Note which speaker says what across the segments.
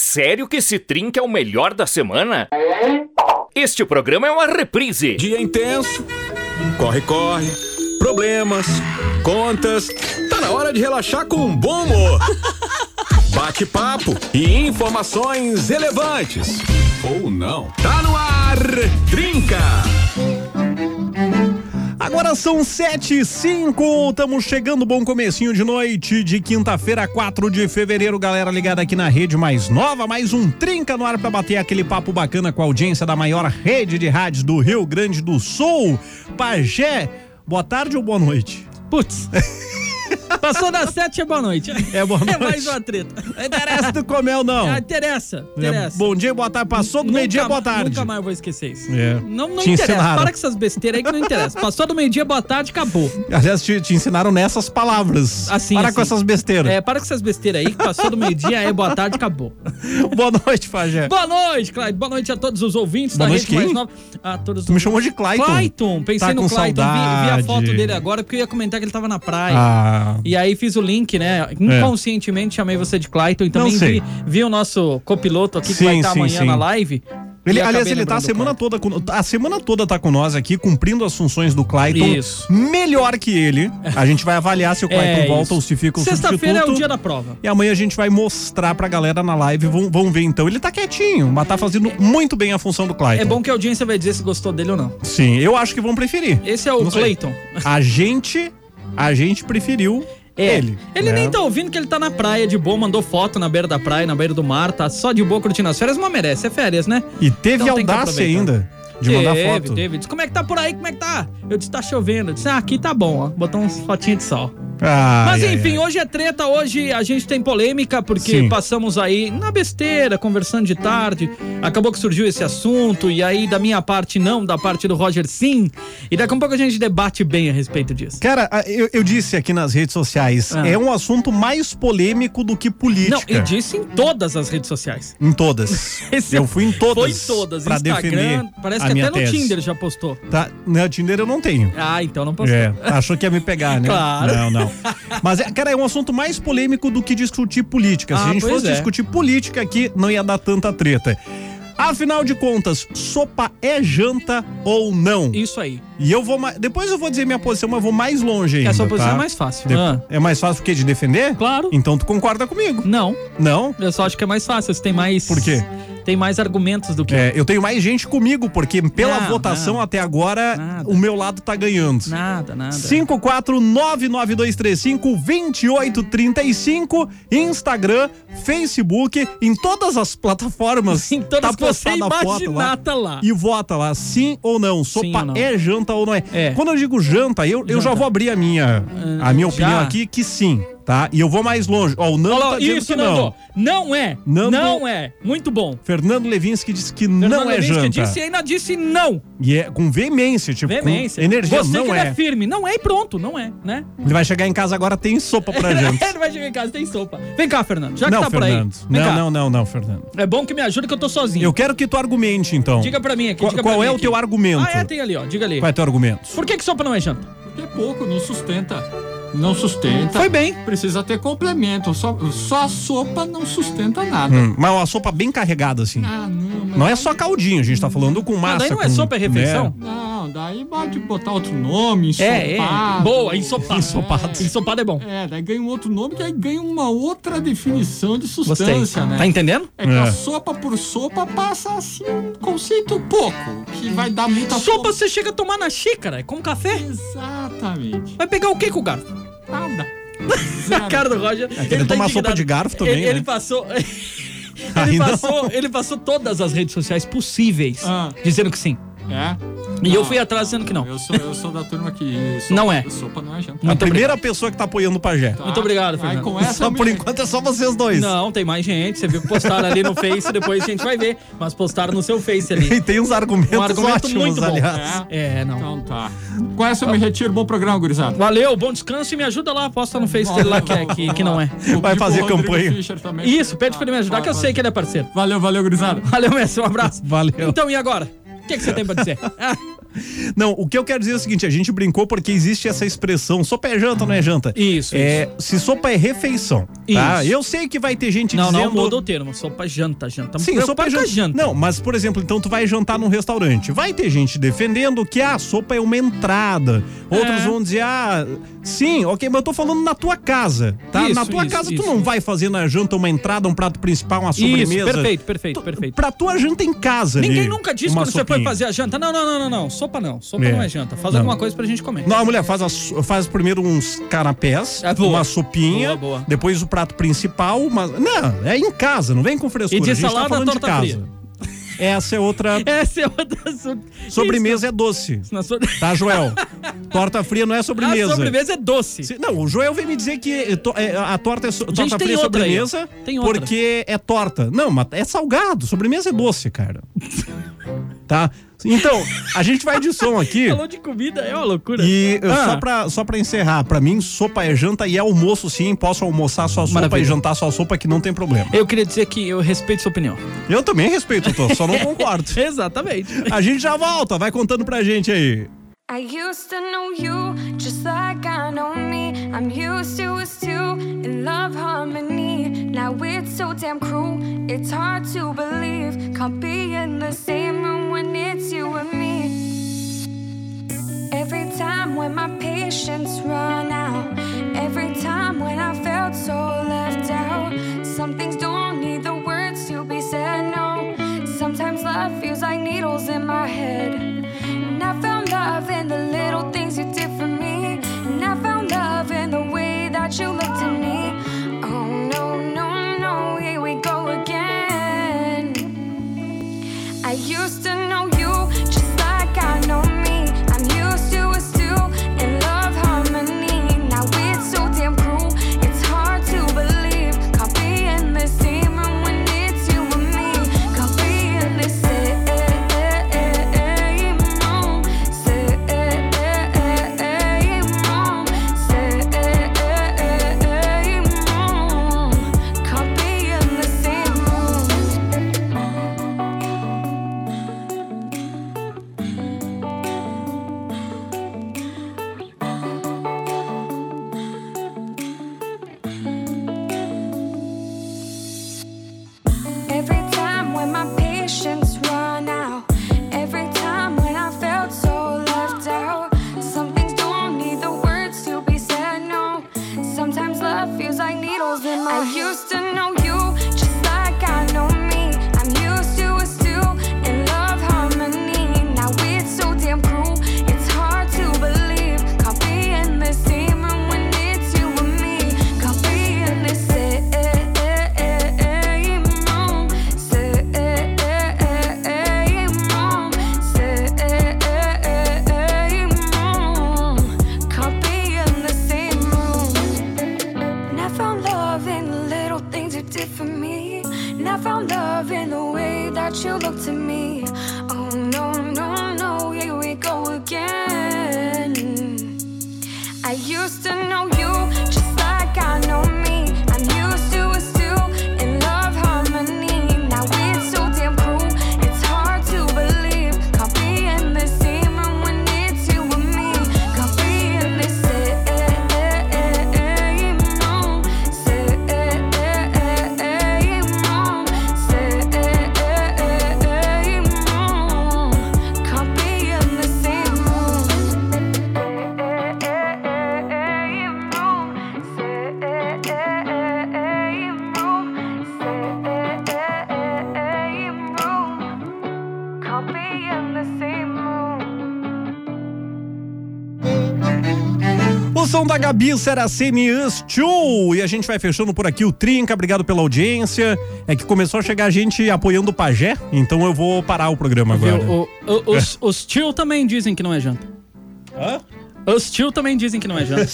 Speaker 1: sério que esse trinca é o melhor da semana? Este programa é uma reprise.
Speaker 2: Dia intenso, corre, corre, problemas, contas. Tá na hora de relaxar com um bom humor. Bate-papo e informações relevantes. Ou não. Tá no ar, trinca!
Speaker 3: Agora são sete e cinco, estamos chegando, bom comecinho de noite de quinta-feira, 4 de fevereiro, galera ligada aqui na Rede Mais Nova, mais um Trinca no ar para bater aquele papo bacana com a audiência da maior rede de rádios do Rio Grande do Sul, Pajé, boa tarde ou boa noite?
Speaker 4: Putz. Passou das sete, é boa noite.
Speaker 3: É boa noite.
Speaker 4: É mais uma treta. Não
Speaker 3: Interessa do comel não.
Speaker 4: Ah, interessa,
Speaker 3: É,
Speaker 4: interessa.
Speaker 3: bom dia, boa tarde, passou do
Speaker 4: Nunca
Speaker 3: meio-dia,
Speaker 4: ma-
Speaker 3: boa tarde.
Speaker 4: Nunca mais vou esquecer isso.
Speaker 3: É.
Speaker 4: Não, não
Speaker 3: Te
Speaker 4: interessa.
Speaker 3: ensinaram.
Speaker 4: Para com essas besteiras aí que não interessa. Passou do meio-dia, boa tarde, acabou.
Speaker 3: Aliás, te, te ensinaram nessas palavras.
Speaker 4: Assim,
Speaker 3: Para com
Speaker 4: assim.
Speaker 3: essas besteiras.
Speaker 4: É, para com essas besteiras aí que passou do meio-dia, é boa tarde, acabou. É.
Speaker 3: Boa noite, Pajé.
Speaker 4: Boa noite, Clyde. Boa noite a todos os ouvintes
Speaker 3: Boa
Speaker 4: da
Speaker 3: noite,
Speaker 4: Rede Mais
Speaker 3: quem?
Speaker 4: Nova. A todos
Speaker 3: Tu me chamou de Clayton.
Speaker 4: Clayton, pensei
Speaker 3: Tá
Speaker 4: no
Speaker 3: com
Speaker 4: Clayton, vi, vi a
Speaker 3: saudade.
Speaker 4: foto dele agora porque eu ia comentar que ele tava na praia.
Speaker 3: Ah,
Speaker 4: E aí fiz o link, né? Inconscientemente chamei você de Clayton e também
Speaker 3: É. Não sei.
Speaker 4: vi, vi o nosso copiloto aqui que
Speaker 3: Sim,
Speaker 4: vai estar
Speaker 3: sim,
Speaker 4: amanhã
Speaker 3: sim.
Speaker 4: na live.
Speaker 3: Ele,
Speaker 4: E acabei
Speaker 3: aliás, ele tá a
Speaker 4: lembrando do
Speaker 3: semana toda com, a semana toda tá com nós aqui, cumprindo as funções do Clayton.
Speaker 4: Isso.
Speaker 3: Melhor que ele. A gente vai avaliar se o
Speaker 4: Clayton.
Speaker 3: Clayton
Speaker 4: É
Speaker 3: volta
Speaker 4: isso.
Speaker 3: ou se fica o
Speaker 4: Sexta-feira é
Speaker 3: substituto.
Speaker 4: o dia da prova.
Speaker 3: E amanhã a gente vai mostrar pra galera na live. Vão, vão ver então. Ele tá quietinho, mas tá fazendo muito bem a função do Clayton.
Speaker 4: É bom que a audiência vai dizer se gostou dele ou não.
Speaker 3: Sim, eu acho que vão preferir.
Speaker 4: Esse é o
Speaker 3: Não sei.
Speaker 4: Clayton.
Speaker 3: A gente. A gente preferiu ele.
Speaker 4: Ele
Speaker 3: né?
Speaker 4: nem tá ouvindo que ele tá na praia de boa, mandou foto na beira da praia, na beira do mar, tá só de boa curtindo as férias, mas merece, é férias, né?
Speaker 3: E teve
Speaker 4: Então tem que
Speaker 3: audácia
Speaker 4: aproveitar.
Speaker 3: ainda de mandar
Speaker 4: teve,
Speaker 3: foto.
Speaker 4: Teve, disse, como é que tá por aí, como é que tá? Eu disse, tá chovendo. Eu disse, ah, aqui tá bom, ó, botou uns fotinhos de sol.
Speaker 3: Ah,
Speaker 4: Mas
Speaker 3: ai, ai.
Speaker 4: enfim, hoje é treta, hoje a gente tem polêmica, porque
Speaker 3: Sim.
Speaker 4: passamos aí na besteira, conversando de tarde. Acabou que surgiu esse assunto, e aí da minha parte não, da parte do Roger sim. E daqui a pouco a gente debate bem a respeito disso.
Speaker 3: Cara, a- eu, eu disse aqui nas redes sociais,
Speaker 4: Ah.
Speaker 3: é um assunto mais polêmico do que política.
Speaker 4: Não, e disse em todas as redes sociais.
Speaker 3: Em todas.
Speaker 4: Esse
Speaker 3: eu fui em todas.
Speaker 4: Foi em todas,
Speaker 3: Pra defender
Speaker 4: Instagram, parece
Speaker 3: a
Speaker 4: que
Speaker 3: minha
Speaker 4: até no
Speaker 3: tese.
Speaker 4: Tinder já postou.
Speaker 3: Tá, não, Tinder eu não tenho.
Speaker 4: Ah, então não postou.
Speaker 3: É, achou que ia me pegar, né?
Speaker 4: Claro.
Speaker 3: Não, não. Mas, é- cara, é um assunto mais polêmico do que discutir política. Se
Speaker 4: Ah,
Speaker 3: a gente
Speaker 4: pois
Speaker 3: fosse
Speaker 4: é.
Speaker 3: discutir política aqui, não ia dar tanta treta. Afinal de contas, sopa é janta ou não?
Speaker 4: Isso aí.
Speaker 3: E eu vou. ma- Depois eu vou dizer minha posição, mas eu vou mais longe ainda.
Speaker 4: Essa posição
Speaker 3: tá?
Speaker 4: é mais fácil.
Speaker 3: De-
Speaker 4: Ah,
Speaker 3: É mais fácil o quê? De defender?
Speaker 4: claro.
Speaker 3: Então tu concorda comigo?
Speaker 4: Não,
Speaker 3: Não?
Speaker 4: eu só acho que é mais fácil. Você tem mais.
Speaker 3: Por quê?
Speaker 4: Tem mais argumentos do que.
Speaker 3: É, eu tenho mais gente comigo, porque pela
Speaker 4: Não,
Speaker 3: votação
Speaker 4: não.
Speaker 3: até agora,
Speaker 4: Nada.
Speaker 3: o meu lado tá ganhando.
Speaker 4: Nada, nada.
Speaker 3: 54992352835 Instagram, Facebook, em todas as plataformas.
Speaker 4: Em todas
Speaker 3: tá
Speaker 4: que você
Speaker 3: postada a foto
Speaker 4: imaginar,
Speaker 3: lá.
Speaker 4: tá lá.
Speaker 3: E vota lá, sim ou não. Sopa
Speaker 4: ou não.
Speaker 3: é janta ou não é.
Speaker 4: É.
Speaker 3: Quando eu digo janta, eu, eu já
Speaker 4: Janta.
Speaker 3: vou abrir a minha, a
Speaker 4: Ah,
Speaker 3: minha
Speaker 4: já?
Speaker 3: opinião aqui, que sim, tá? E eu vou mais longe. Ó, o Nando
Speaker 4: Olha lá,
Speaker 3: tá dizendo
Speaker 4: isso,
Speaker 3: que não.
Speaker 4: Nando. Não é.
Speaker 3: Nando-
Speaker 4: Não é. Muito bom.
Speaker 3: Fernando Levinsky disse que não
Speaker 4: Fernando
Speaker 3: é
Speaker 4: Levinsky
Speaker 3: janta.
Speaker 4: disse e ainda disse não.
Speaker 3: E é com veemência, tipo,
Speaker 4: Veemência.
Speaker 3: com energia,
Speaker 4: Você
Speaker 3: não
Speaker 4: que
Speaker 3: é.
Speaker 4: é firme. Não é e pronto. Não é, né?
Speaker 3: Ele vai chegar em casa agora, tem sopa pra é janta.
Speaker 4: Ele vai chegar em casa, tem sopa. Vem cá, Fernando. Já É, que
Speaker 3: não,
Speaker 4: tá por aí.
Speaker 3: Fernando.
Speaker 4: Vem cá.
Speaker 3: Não, não, não, não, Fernando.
Speaker 4: É bom que me ajuda que eu tô sozinho.
Speaker 3: Eu quero que tu argumente, então.
Speaker 4: Diga pra mim aqui.
Speaker 3: Qual-
Speaker 4: diga
Speaker 3: qual
Speaker 4: pra mim
Speaker 3: é o
Speaker 4: aqui.
Speaker 3: teu argumento?
Speaker 4: Ah, é, tem ali, ó. Diga ali.
Speaker 3: Qual é teu argumento?
Speaker 4: Por que, que sopa não é janta?
Speaker 5: Porque é pouco, não sustenta. Não
Speaker 3: Tá.
Speaker 5: sustenta.
Speaker 4: Foi bem.
Speaker 5: Precisa ter complemento. Só, só a sopa não sustenta nada.
Speaker 3: Hum, mas uma sopa bem carregada, assim.
Speaker 5: Ah, não, mas.
Speaker 3: Não é só caldinho, a gente tá falando com massa.
Speaker 4: Mas daí não é
Speaker 3: com-
Speaker 4: sopa, é refeição?
Speaker 3: né?
Speaker 5: Não, daí pode botar outro nome,
Speaker 4: É, é.
Speaker 5: ensopado.
Speaker 4: Boa, ensopado.
Speaker 5: Ensopado.
Speaker 4: Ensopado é bom.
Speaker 5: É, daí ganha um outro nome, que aí ganha uma outra definição de
Speaker 4: Gostei.
Speaker 5: sustância, né?
Speaker 4: Tá entendendo?
Speaker 5: É que
Speaker 3: É.
Speaker 5: a sopa por sopa passa assim um conceito pouco, que vai dar
Speaker 3: Tá
Speaker 5: muita
Speaker 4: Sopa você chega a tomar na xícara, é como café.
Speaker 5: Exatamente.
Speaker 4: Vai pegar o que com o garfo?
Speaker 5: Nada.
Speaker 4: A cara do Roger.
Speaker 3: né? É ele
Speaker 4: tá
Speaker 3: toma sopa
Speaker 4: indignado.
Speaker 3: de garfo também,
Speaker 4: Ele,
Speaker 3: né?
Speaker 4: ele passou.
Speaker 3: Aí
Speaker 4: ele,
Speaker 3: não.
Speaker 4: passou ele passou todas as redes sociais possíveis
Speaker 5: Ah.
Speaker 4: dizendo que sim.
Speaker 5: É.
Speaker 4: E eu
Speaker 3: Ah.
Speaker 5: Não,
Speaker 4: fui atrás dizendo que não.
Speaker 5: Eu sou, eu sou da turma que. Sopa,
Speaker 4: Não é.
Speaker 5: Sopa não é janta.
Speaker 3: A
Speaker 4: Muito
Speaker 3: primeira pessoa que tá apoiando o pajé.
Speaker 5: Tá.
Speaker 4: Muito obrigado,
Speaker 5: Aí
Speaker 4: Fernando.
Speaker 5: com essa
Speaker 3: Só
Speaker 5: eu
Speaker 3: por
Speaker 5: me-
Speaker 3: enquanto é só vocês dois.
Speaker 4: Não, tem mais gente. Você viu que postaram ali no Face, depois a gente vai ver. Mas postaram no seu Face ali.
Speaker 3: E tem uns argumentos
Speaker 4: Um argumento
Speaker 3: ótimos,
Speaker 4: muito bom.
Speaker 3: aliás.
Speaker 5: É.
Speaker 4: É, não.
Speaker 5: Então tá. Com essa eu me retiro. Bom programa, gurizada.
Speaker 4: Valeu, bom descanso e me ajuda lá. Posta no Face dele lá que, é, que, que não é.
Speaker 5: Vou
Speaker 3: Vai
Speaker 5: pedir
Speaker 3: fazer
Speaker 5: pro Rodrigo
Speaker 3: campanha.
Speaker 5: Fischer também.
Speaker 4: Isso, pede pra ele me ajudar, que eu sei que ele é parceiro.
Speaker 5: Valeu, valeu, gurizada.
Speaker 4: Valeu, mestre. Um abraço.
Speaker 3: Valeu.
Speaker 4: Então, e agora? O que, que você tem pra dizer? Ah,
Speaker 3: Não, o que eu quero dizer é o seguinte: a gente brincou porque existe essa expressão, sopa é janta, não é janta?
Speaker 4: Isso,
Speaker 3: É, se sopa é refeição, tá?
Speaker 4: Isso.
Speaker 3: Eu sei que vai ter gente
Speaker 4: Não,
Speaker 3: dizendo...
Speaker 4: não muda o termo, sopa janta, janta.
Speaker 3: Sim, sopa é
Speaker 4: Preocupa com a
Speaker 3: janta. Não, mas por exemplo, então tu vai jantar num restaurante. Vai ter gente defendendo que ah, a sopa é uma entrada. Outros
Speaker 4: É.
Speaker 3: vão dizer, ah, sim, ok, mas eu tô falando na tua casa, tá?
Speaker 4: Isso,
Speaker 3: na tua
Speaker 4: isso,
Speaker 3: casa tu
Speaker 4: isso.
Speaker 3: não vai fazer na janta uma entrada, um prato principal, uma sobremesa.
Speaker 4: Isso, perfeito, perfeito,
Speaker 3: Tu-
Speaker 4: perfeito.
Speaker 3: Pra tua janta em casa, ali,
Speaker 4: Ninguém nunca disse
Speaker 3: uma
Speaker 4: quando você foi
Speaker 3: sopinha.
Speaker 4: fazer a janta. Não, não, não, não, não. Sopa não. Sopa
Speaker 3: É.
Speaker 4: não é janta. Faz
Speaker 3: Não.
Speaker 4: alguma coisa pra gente comer.
Speaker 3: Não, a mulher faz, as- faz primeiro uns canapés,
Speaker 4: Ah, boa.
Speaker 3: uma sopinha,
Speaker 4: Boa, boa.
Speaker 3: depois o prato principal, uma... Não, é em casa, não vem com frescura.
Speaker 4: E de
Speaker 3: a gente
Speaker 4: salada,
Speaker 3: tá falando de
Speaker 4: torta
Speaker 3: casa.
Speaker 4: fria.
Speaker 3: Essa é outra...
Speaker 4: Essa é outra sobre...
Speaker 3: Sobremesa é doce.
Speaker 4: Isso, na sobre-
Speaker 3: Tá, Joel? Torta fria não é sobremesa.
Speaker 4: A sobremesa é doce.
Speaker 3: Se- Não, o Joel vem me dizer que eh, to- eh, a torta é so-
Speaker 4: Gente,
Speaker 3: torta
Speaker 4: tem
Speaker 3: fria é
Speaker 4: outra aí, ó.
Speaker 3: sobremesa
Speaker 4: Tem outra.
Speaker 3: porque é torta. Não, mas é salgado. Sobremesa é doce, cara. tá? Então, a gente vai de som aqui.
Speaker 4: Falou de comida, é uma loucura.
Speaker 3: E eu-
Speaker 4: Ah,
Speaker 3: só, pra, só pra encerrar, pra mim, sopa é janta e é almoço sim. Posso almoçar sua sopa
Speaker 4: Maravilha.
Speaker 3: e jantar sua sopa que não tem problema.
Speaker 4: Eu queria dizer que eu respeito sua opinião.
Speaker 3: Eu também respeito, tô, só não concordo.
Speaker 4: Exatamente.
Speaker 3: A gente já volta, vai contando pra gente aí.
Speaker 6: I used to know you just like I know me. I'm used to us two in love harmony. Now it's so damn cruel, it's hard to believe. Can't be in the same room when it's you and me. Every time when my patience run out, every time when I felt so left out, some things don't need the words to be said. No, sometimes love feels like needles in my head. And I found love in the little things you did for me, and I found love in the way that you looked at me. Oh no, no, no, here we go again. I used to know you just like I know me. I'm used to us two in love harmony. Now it's so damn cruel, it's hard to believe. Can't be in the same room when it's you and me. Can't be in the same room, same room, same room. Can't be in the same room. Every time when my patience run out, every time when I felt so left out, some things don't need the words to be said. No, sometimes love feels like needles in my. I used to know you just like I know me. I'm used to us two in love harmony. Now it's so damn cruel, it's hard to believe. Can't be in the same room when it's you and me. Can't be in the same room, same room. Can't be in the same room. And I found love in the little things you did for me. And I found love in the way that you looked at me. Oh no, no, no, here we go again. I used to know you just like I know me. I'm used to us two in love harmony. Now it's so damn cruel, it's hard to believe. Can't be in the same room when it's you and me. Can't be in the same room, same room, same room. Can't be in the same room. Can't be in the same room.
Speaker 3: O som da Gabi será Semias Tchou. E a gente vai fechando por aqui o Trinca. Obrigado pela audiência. É que começou a chegar gente apoiando o Pajé, então eu vou parar o programa agora.
Speaker 4: O- o- o- os, os tio também dizem que não é janta.
Speaker 3: Hã?
Speaker 4: Os tio também dizem que não é janta.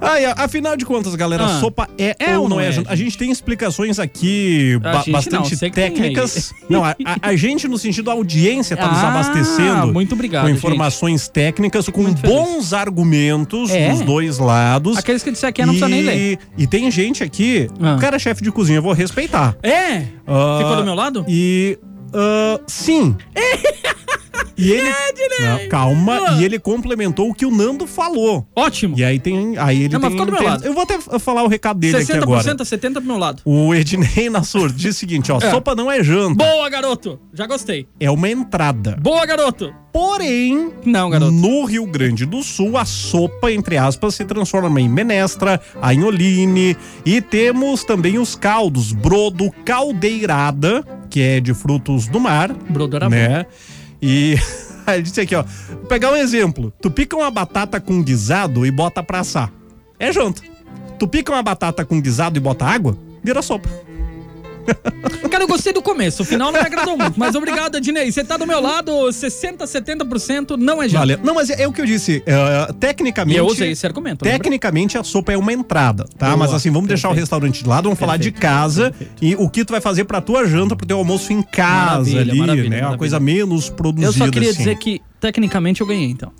Speaker 3: Ai, a- afinal de contas, galera,
Speaker 4: Ah.
Speaker 3: sopa é,
Speaker 4: É
Speaker 3: ou
Speaker 4: ou
Speaker 3: não
Speaker 4: não
Speaker 3: é?
Speaker 4: é,
Speaker 3: janta? A gente tem explicações aqui
Speaker 4: A
Speaker 3: ba-
Speaker 4: gente não,
Speaker 3: bastante
Speaker 4: você que tem aí.
Speaker 3: técnicas. Não, a, a- a gente, no sentido, a audiência tá nos
Speaker 4: Ah,
Speaker 3: abastecendo.
Speaker 4: muito obrigado,
Speaker 3: Com informações técnicas, com
Speaker 4: muito feliz.
Speaker 3: bons argumentos
Speaker 4: É.
Speaker 3: dos dois lados.
Speaker 4: Aqueles que disser que é, não precisa nem
Speaker 3: E-
Speaker 4: ler.
Speaker 3: E tem gente aqui,
Speaker 4: Ah.
Speaker 3: o cara é chefe de cozinha, eu vou respeitar.
Speaker 4: É!
Speaker 3: Ah,
Speaker 4: Ficou do meu lado?
Speaker 3: E. ah, sim. E ele.
Speaker 4: Ednei!
Speaker 3: Não, calma,
Speaker 4: Pô.
Speaker 3: e ele complementou o que o Nando falou.
Speaker 4: Ótimo.
Speaker 3: E aí tem. Aí ele
Speaker 4: Não,
Speaker 3: tem-
Speaker 4: mas ficou do meu
Speaker 3: tem-
Speaker 4: lado.
Speaker 3: Eu vou até f- falar o recado dele aqui
Speaker 4: 60%
Speaker 3: agora.
Speaker 4: a 70% pro meu lado.
Speaker 3: O Ednei na surda diz o seguinte: ó, sopa não é janta,
Speaker 4: Boa, garoto. Já gostei.
Speaker 3: é uma entrada.
Speaker 4: Boa, garoto.
Speaker 3: Porém,
Speaker 4: Não, garoto.
Speaker 3: no Rio Grande do Sul, a sopa, entre aspas, se transforma em menestra, anholine e temos também os caldos, brodo, caldeirada, que é de frutos do mar,
Speaker 4: Brodo era bom.
Speaker 3: né? E aí ele disse aqui, ó, vou pegar um exemplo. Tu pica uma batata com guisado e bota pra assar. É janta. Tu pica uma batata com guisado e bota água, vira sopa.
Speaker 4: Cara, eu gostei do começo. O final não me agradou muito. Mas obrigado, Ednei. Você tá do meu lado. 60%, 70% não é janta.
Speaker 3: Valeu. Não, mas é, é o que eu disse. é,
Speaker 4: E
Speaker 3: tecnicamente.
Speaker 4: eu usei esse argumento. né? lembra?
Speaker 3: Tecnicamente a sopa é uma entrada, tá?
Speaker 4: Boa,
Speaker 3: Mas assim, vamos deixar o
Speaker 4: perfeito.
Speaker 3: restaurante de lado, vamos falar de casa e o que tu vai fazer pra tua janta, pro teu almoço em casa
Speaker 4: Maravilha,
Speaker 3: ali,
Speaker 4: maravilha,
Speaker 3: né? Uma
Speaker 4: maravilha.
Speaker 3: coisa menos produzida
Speaker 4: Eu só queria
Speaker 3: assim.
Speaker 4: dizer que tecnicamente eu ganhei, então.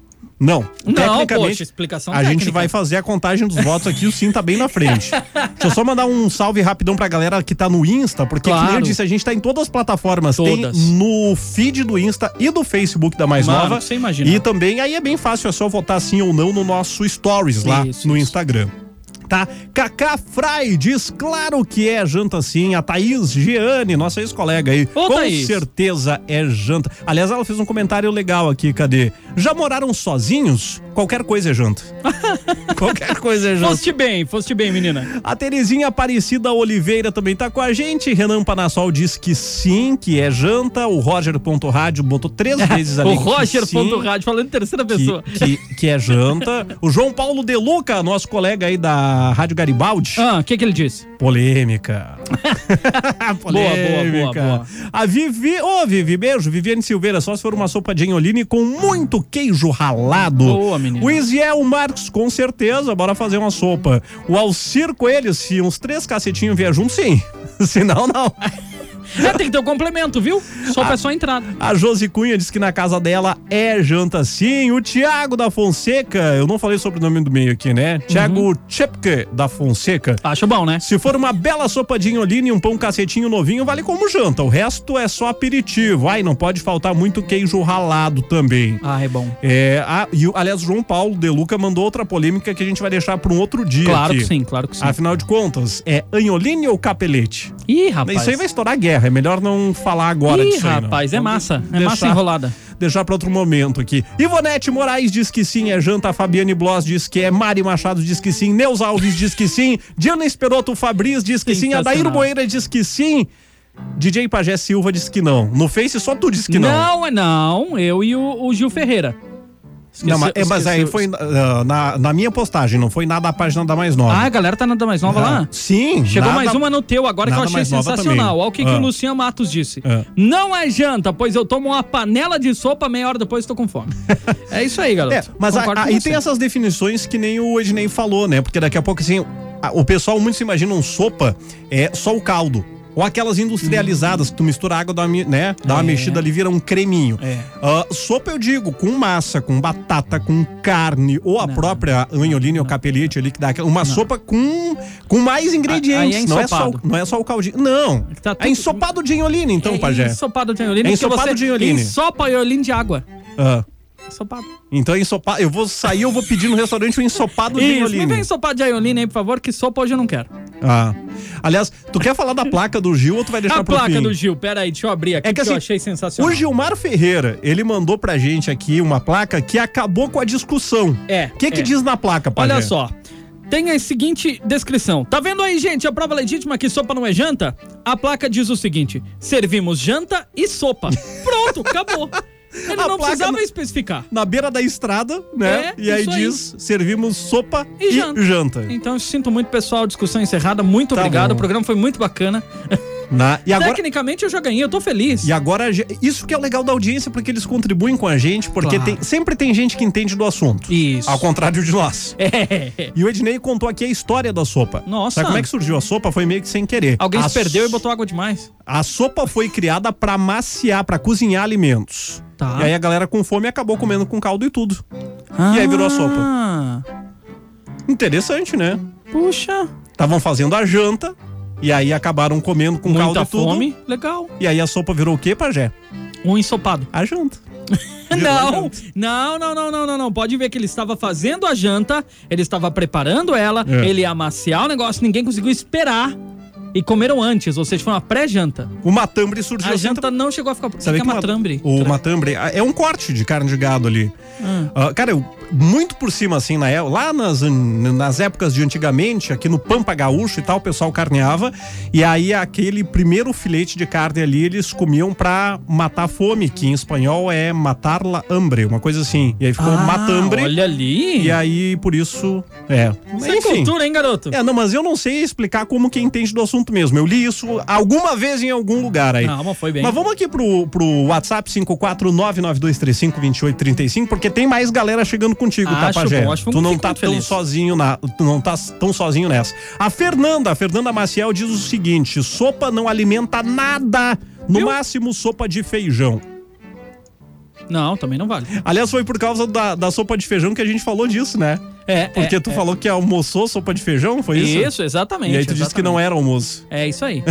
Speaker 3: Não,
Speaker 4: Não,
Speaker 3: tecnicamente
Speaker 4: poxa, explicação
Speaker 3: a gente
Speaker 4: técnica.
Speaker 3: vai fazer a contagem dos votos aqui, o Sim tá bem na frente. Deixa eu só mandar um salve rapidão pra galera que tá no Insta, porque que nem eu
Speaker 4: Claro.
Speaker 3: disse, a gente tá em todas as plataformas,
Speaker 4: Todas.
Speaker 3: tem no feed do Insta e do Facebook da Mais
Speaker 4: Mano,
Speaker 3: Nova.
Speaker 4: você imagina.
Speaker 3: E também aí é bem fácil, é só votar sim ou não no nosso stories lá
Speaker 4: Isso,
Speaker 3: no
Speaker 4: isso.
Speaker 3: Instagram. Tá? Cacá Fry diz, claro que é janta sim. A Thaís Giane, nossa ex-colega aí.
Speaker 4: Ô,
Speaker 3: com
Speaker 4: Thaís.
Speaker 3: certeza é janta. Aliás, ela fez um comentário legal aqui, cadê? Já moraram sozinhos? Qualquer coisa é janta. Qualquer coisa é janta.
Speaker 4: Foste bem, foste bem, menina.
Speaker 3: A Terezinha Aparecida Oliveira também tá com a gente. Renan Panassol diz que sim, que é janta. O Roger.rádio botou três vezes ali.
Speaker 4: O
Speaker 3: que
Speaker 4: Roger
Speaker 3: Tá sim,
Speaker 4: ponto rádio falando em terceira pessoa.
Speaker 3: que, que, que é janta. O João Paulo De Luca, nosso colega aí da Rádio Garibaldi.
Speaker 4: Ah, o que que ele disse?
Speaker 3: Polêmica. Polêmica.
Speaker 4: boa.
Speaker 3: A Vivi, ô Vivi, beijo. Viviane Silveira, só se for uma sopa de anholine com muito queijo ralado.
Speaker 4: Boa, menina.
Speaker 3: O Isiel Marcos, com certeza, bora fazer uma sopa. O Alcir Coelho, se uns três cacetinhos vier junto, sim. Senão, não.
Speaker 4: É, tem que ter o complemento, viu?
Speaker 3: Ah.
Speaker 4: Sopa é só entrada.
Speaker 3: A Josi Cunha diz que na casa dela é janta sim. O Tiago da Fonseca, eu não falei sobre o nome do meio aqui, né?
Speaker 4: Uhum.
Speaker 3: Tiago Chepke da Fonseca.
Speaker 4: Acho bom, né?
Speaker 3: Se for uma bela sopa de inholine e um pão cacetinho novinho, vale como janta. O resto é só aperitivo. Ai, não pode faltar muito queijo ralado também.
Speaker 4: Ah, é bom.
Speaker 3: É, a- e, o- aliás, o João Paulo De Luca mandou outra polêmica que a gente vai deixar para um outro dia.
Speaker 4: Claro
Speaker 3: aqui. Ah,
Speaker 4: que sim, claro que sim.
Speaker 3: Afinal de contas, é anholine ou capelete?
Speaker 4: Ih, rapaz.
Speaker 3: Isso aí vai estourar guerra. É melhor não falar agora
Speaker 4: Ih,
Speaker 3: disso aí, não.
Speaker 4: rapaz, é
Speaker 3: Vamos
Speaker 4: massa. É
Speaker 3: deixar-
Speaker 4: massa enrolada.
Speaker 3: Deixar para outro momento aqui. Ivonete Moraes diz que sim, é janta. A Fabiane Bloss diz que é. Mari Machado diz que sim. Neus Alves diz que sim. Diana Esperoto Fabriz diz que sim. Adair
Speaker 4: Sensacional.
Speaker 3: Moeira diz que sim. DJ Pajé Silva diz que não. No Face só tu diz que não.
Speaker 4: Não, é não. Eu e o, o Gil Ferreira. Esqueci-
Speaker 3: Não, mas, é, mas aí
Speaker 4: esqueci-
Speaker 3: foi ah, na, na minha postagem, não foi nada a página da mais nova.
Speaker 4: Ah, a galera tá nada mais nova lá?
Speaker 3: Sim.
Speaker 4: Chegou
Speaker 3: nada-
Speaker 4: mais uma no teu agora que eu
Speaker 3: nada
Speaker 4: achei
Speaker 3: mais nova
Speaker 4: sensacional.
Speaker 3: também.
Speaker 4: Olha o que, que
Speaker 3: Ah.
Speaker 4: o Luciano Matos disse.
Speaker 3: Ah.
Speaker 4: Não é janta, pois eu tomo uma panela de sopa meia hora depois tô com fome. é isso aí,
Speaker 3: É,
Speaker 4: garoto.
Speaker 3: mas a-
Speaker 4: Concordo com
Speaker 3: aí
Speaker 4: você.
Speaker 3: tem essas definições que nem o Ednei falou, né? Porque daqui a pouco, assim, a- o pessoal muito se imagina um sopa, é só o caldo. Ou aquelas industrializadas que tu mistura água, dá uma, mi- né? Dá uma
Speaker 4: É.
Speaker 3: mexida ali, vira um creminho.
Speaker 4: É.
Speaker 3: Ah, sopa eu digo, com massa, com batata, com carne, ou a
Speaker 4: Não,
Speaker 3: própria anholine ou capelete ali, que dá aquela- uma sopa com, com mais ingredientes.
Speaker 4: aí é
Speaker 3: não, é só, o-
Speaker 4: ensopado.
Speaker 3: não é só o caldinho. Não.
Speaker 4: Tá
Speaker 3: É
Speaker 4: tudo-
Speaker 3: ensopado de anholine, então, pajé.
Speaker 4: É ensopado de anholine.
Speaker 3: É
Speaker 4: porque
Speaker 3: ensopado
Speaker 4: você
Speaker 3: de anholine.
Speaker 4: Ensopa anholine de água.
Speaker 3: Ah,
Speaker 4: Ensopado.
Speaker 3: então, ensopado. Eu vou sair, eu vou pedir no restaurante um ensopado de
Speaker 4: Isso, me
Speaker 3: anholine.
Speaker 4: vem ensopado de anholine aí, por favor, que sopa hoje eu não quero.
Speaker 3: Ah. Aliás, tu quer falar da placa do Gil ou tu vai deixar
Speaker 4: a
Speaker 3: pro
Speaker 4: placa
Speaker 3: fim?
Speaker 4: do Gil, pera aí, deixa eu abrir aqui,
Speaker 3: É que
Speaker 4: que,
Speaker 3: assim,
Speaker 4: eu achei sensacional.
Speaker 3: O Gilmar Ferreira, ele mandou pra gente aqui uma placa que acabou com a discussão.
Speaker 4: É,
Speaker 3: O que que
Speaker 4: é.
Speaker 3: diz na placa, Pajé?
Speaker 4: Olha só. Tem a seguinte descrição. Tá vendo aí, gente? A prova legítima que sopa não é janta? A placa diz o seguinte: servimos janta e sopa. Pronto, acabou. Ele
Speaker 3: A
Speaker 4: não
Speaker 3: placa
Speaker 4: precisava
Speaker 3: não-
Speaker 4: especificar.
Speaker 3: Na beira da estrada, né?
Speaker 4: É,
Speaker 3: e aí
Speaker 4: isso aí.
Speaker 3: diz, servimos sopa e,
Speaker 4: E
Speaker 3: janta.
Speaker 4: janta. Então eu sinto muito, pessoal. Discussão encerrada. Muito
Speaker 3: Tá
Speaker 4: obrigado.
Speaker 3: bom.
Speaker 4: O programa foi muito bacana.
Speaker 3: Na-
Speaker 4: é
Speaker 3: e agora...
Speaker 4: Tecnicamente eu já ganhei, eu tô feliz.
Speaker 3: E agora, a ge- isso que é o legal da audiência, porque eles contribuem com a gente, porque
Speaker 4: Claro.
Speaker 3: tem- sempre tem gente que entende do assunto.
Speaker 4: Isso.
Speaker 3: Ao contrário de nós.
Speaker 4: É.
Speaker 3: E o Ednei contou aqui a história da sopa.
Speaker 4: Nossa.
Speaker 3: Sabe como é que surgiu a sopa? Foi meio que sem querer.
Speaker 4: Alguém
Speaker 3: a
Speaker 4: se perdeu e botou água demais.
Speaker 3: A sopa foi criada pra maciar, pra cozinhar alimentos.
Speaker 4: Tá.
Speaker 3: E aí a galera com fome acabou comendo com caldo e tudo. E aí virou a sopa.
Speaker 4: sopa.
Speaker 3: Interessante, né?
Speaker 4: Puxa.
Speaker 3: Estavam fazendo a janta e aí acabaram comendo com caldo
Speaker 4: Muita
Speaker 3: e tudo.
Speaker 4: fome. Legal.
Speaker 3: E aí a sopa virou o quê, pajé?
Speaker 4: Um ensopado.
Speaker 3: A janta.
Speaker 4: Não, não, não, não, não, não, não. Pode ver que ele estava fazendo a janta, ele estava preparando ela,
Speaker 3: É.
Speaker 4: ele ia amaciar o negócio, ninguém conseguiu esperar. E comeram antes, ou seja, foi uma pré-janta.
Speaker 3: O matambre surgiu
Speaker 4: A
Speaker 3: assim
Speaker 4: janta não chegou a ficar. O
Speaker 3: Sabe
Speaker 4: que que é
Speaker 3: ma-
Speaker 4: matrambre?
Speaker 3: O matambre ah, é um corte de carne de gado ali. Ah, cara, eu- muito por cima, assim, na, é- lá nas, an- nas épocas de antigamente, aqui no Pampa Gaúcho e tal, o pessoal carneava. E aí, aquele primeiro filete de carne ali, eles comiam pra matar a fome, que em espanhol é matar la hambre, uma coisa assim. E aí ficou matambre.
Speaker 4: Ah, Olha ali.
Speaker 3: E aí, por isso, é.
Speaker 4: Isso é cultura, hein, garoto?
Speaker 3: É, não, mas eu não sei explicar como que entende do assunto mesmo. Eu li isso alguma vez em algum lugar aí.
Speaker 4: Não, é mas foi bem.
Speaker 3: Mas vamos aqui pro, pro WhatsApp 54992352835, porque tem mais galera chegando contigo, tá,
Speaker 4: Acho
Speaker 3: Pajé?
Speaker 4: bom, acho bom,
Speaker 3: tu não
Speaker 4: fico
Speaker 3: tá
Speaker 4: muito
Speaker 3: tão
Speaker 4: feliz.
Speaker 3: sozinho na, tu não tá tão sozinho nessa. A Fernanda, a Fernanda Maciel diz o seguinte: sopa não alimenta nada. No máximo, sopa de feijão.
Speaker 4: Não, também não vale.
Speaker 3: Aliás, foi por causa da, da sopa de feijão que a gente falou disso, né?
Speaker 4: É,
Speaker 3: Porque
Speaker 4: é,
Speaker 3: tu
Speaker 4: é.
Speaker 3: falou que almoçou sopa de feijão, foi isso?
Speaker 4: Isso, exatamente.
Speaker 3: E aí tu disse que não era almoço.
Speaker 4: É isso aí.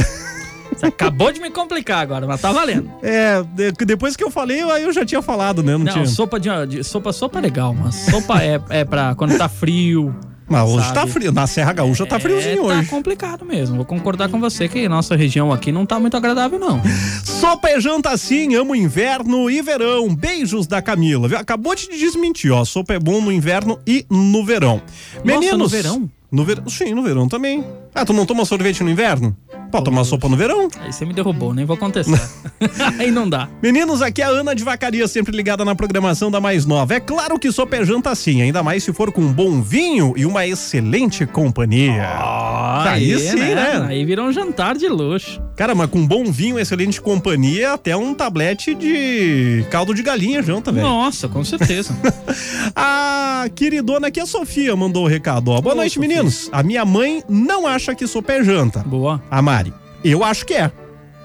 Speaker 4: Você acabou de me complicar agora, mas tá valendo.
Speaker 3: É, de- depois que eu falei, aí eu já tinha falado, né? Não,
Speaker 4: Não,
Speaker 3: tinha.
Speaker 4: sopa de, de- sopa, sopa é legal, mas sopa é, é pra quando tá frio.
Speaker 3: Mas hoje
Speaker 4: sabe?
Speaker 3: tá frio. Na Serra Gaúcha tá
Speaker 4: é,
Speaker 3: friozinho
Speaker 4: tá
Speaker 3: hoje.
Speaker 4: complicado mesmo. Vou concordar com você que nossa região aqui não tá muito agradável, não.
Speaker 3: Sopa é janta sim, amo inverno e verão. Beijos da Camila. viu? Acabou de desmentir, ó. Sopa é bom no inverno e no verão. Meninos.
Speaker 4: no verão?
Speaker 3: No verão. Sim, no verão também. Ah, tu não toma sorvete no inverno? Pode tomar sopa no verão?
Speaker 4: Aí você me derrubou, nem vou contestar. Aí não dá.
Speaker 3: Meninos, aqui é a Ana de Vacaria, sempre ligada na programação da Mais Nova. É claro que sopa é janta sim, ainda mais se for com um bom vinho e uma excelente companhia. aí sim, né?
Speaker 4: é, Aí virou um jantar de luxo.
Speaker 3: Cara, mas com bom vinho, excelente companhia, até um tablete de caldo de galinha janta, velho.
Speaker 4: Nossa, com certeza.
Speaker 3: A queridona aqui, a Sofia, mandou o recado. Ó. Boa
Speaker 4: Ô,
Speaker 3: noite,
Speaker 4: Sofia.
Speaker 3: meninos. A minha mãe não acha que sopa é janta.
Speaker 4: Boa.
Speaker 3: A Mari. Eu acho que é.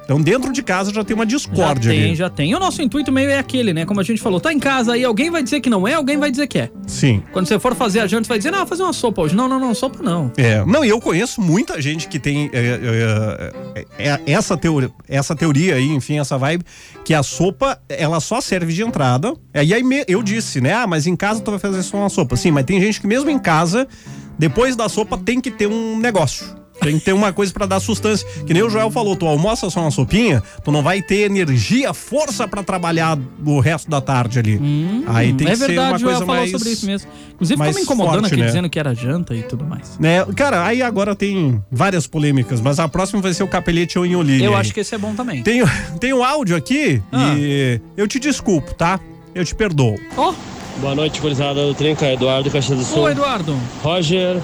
Speaker 3: Então, dentro de casa já tem uma
Speaker 4: Já
Speaker 3: discórdia
Speaker 4: tem,
Speaker 3: ali.
Speaker 4: já tem. O nosso intuito meio é aquele, né? Como a gente falou, tá em casa aí, alguém vai dizer que não é, alguém vai dizer que é.
Speaker 3: Sim.
Speaker 4: Quando você for fazer a janta, você vai dizer, não, vou fazer uma sopa hoje. Não, não, não, sopa não.
Speaker 3: É, não, e eu conheço muita gente que tem é, é, é, é, essa, teoria, essa teoria aí, enfim, essa vibe, que a sopa, ela só serve de entrada. É, E aí me- eu disse, né? Ah, mas em casa tu vai fazer só uma sopa. Sim, mas tem gente que mesmo em casa, depois da sopa, tem que ter um negócio. Tem que ter uma coisa pra dar sustância. Que nem o Joel falou, tu almoça só uma sopinha, tu não vai ter energia, força pra trabalhar o resto da tarde ali. aí tem
Speaker 4: é
Speaker 3: que ser uma
Speaker 4: verdade, o
Speaker 3: coisa
Speaker 4: Joel falou
Speaker 3: mais...
Speaker 4: sobre isso mesmo. Inclusive, ficou
Speaker 3: mais
Speaker 4: me incomodando
Speaker 3: forte,
Speaker 4: aqui,
Speaker 3: né?
Speaker 4: dizendo que era janta e tudo mais.
Speaker 3: né? Cara, aí agora tem várias polêmicas, mas a próxima vai ser o Capelete ou o Inholine.
Speaker 4: Eu
Speaker 3: aí.
Speaker 4: acho que esse é bom também.
Speaker 3: Tem, tem um áudio aqui
Speaker 4: Ah.
Speaker 3: e eu te desculpo, tá? Eu te perdoo.
Speaker 4: Ó,
Speaker 7: Boa noite, gurizada do Trinca, Eduardo Caxias do Sul.
Speaker 4: ô Eduardo.
Speaker 7: Roger,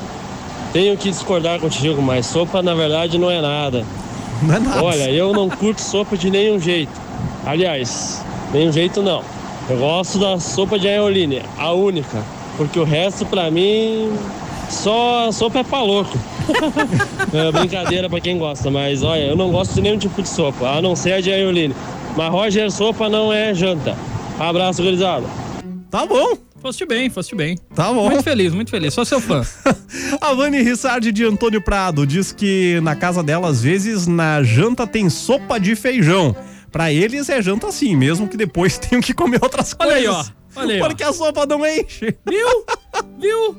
Speaker 7: tenho que discordar contigo, mas sopa na verdade não é nada.
Speaker 3: Não é nada.
Speaker 7: Olha, eu não curto sopa de nenhum jeito. Aliás, nenhum jeito não. Eu gosto da sopa de aeoline, a única. Porque o resto, pra mim, só a sopa é pra louco. é brincadeira pra quem gosta, mas olha, eu não gosto de nenhum tipo de sopa, a não ser a de aeoline. Mas Roger, sopa não é janta. Abraço, gurizada.
Speaker 3: Tá bom,
Speaker 4: Foste bem, foste bem.
Speaker 3: tá bom.
Speaker 4: Muito feliz, muito feliz. Sou seu fã.
Speaker 3: A Vani Rissardi de Antônio Prado diz que na casa dela, às vezes, na janta tem sopa de feijão. Pra eles é janta assim, mesmo que depois tenham que comer outras
Speaker 4: Olha aí,
Speaker 3: coisas.
Speaker 4: ó. Olha aí, ó.
Speaker 3: Porque a sopa não enche.
Speaker 4: Viu? Viu?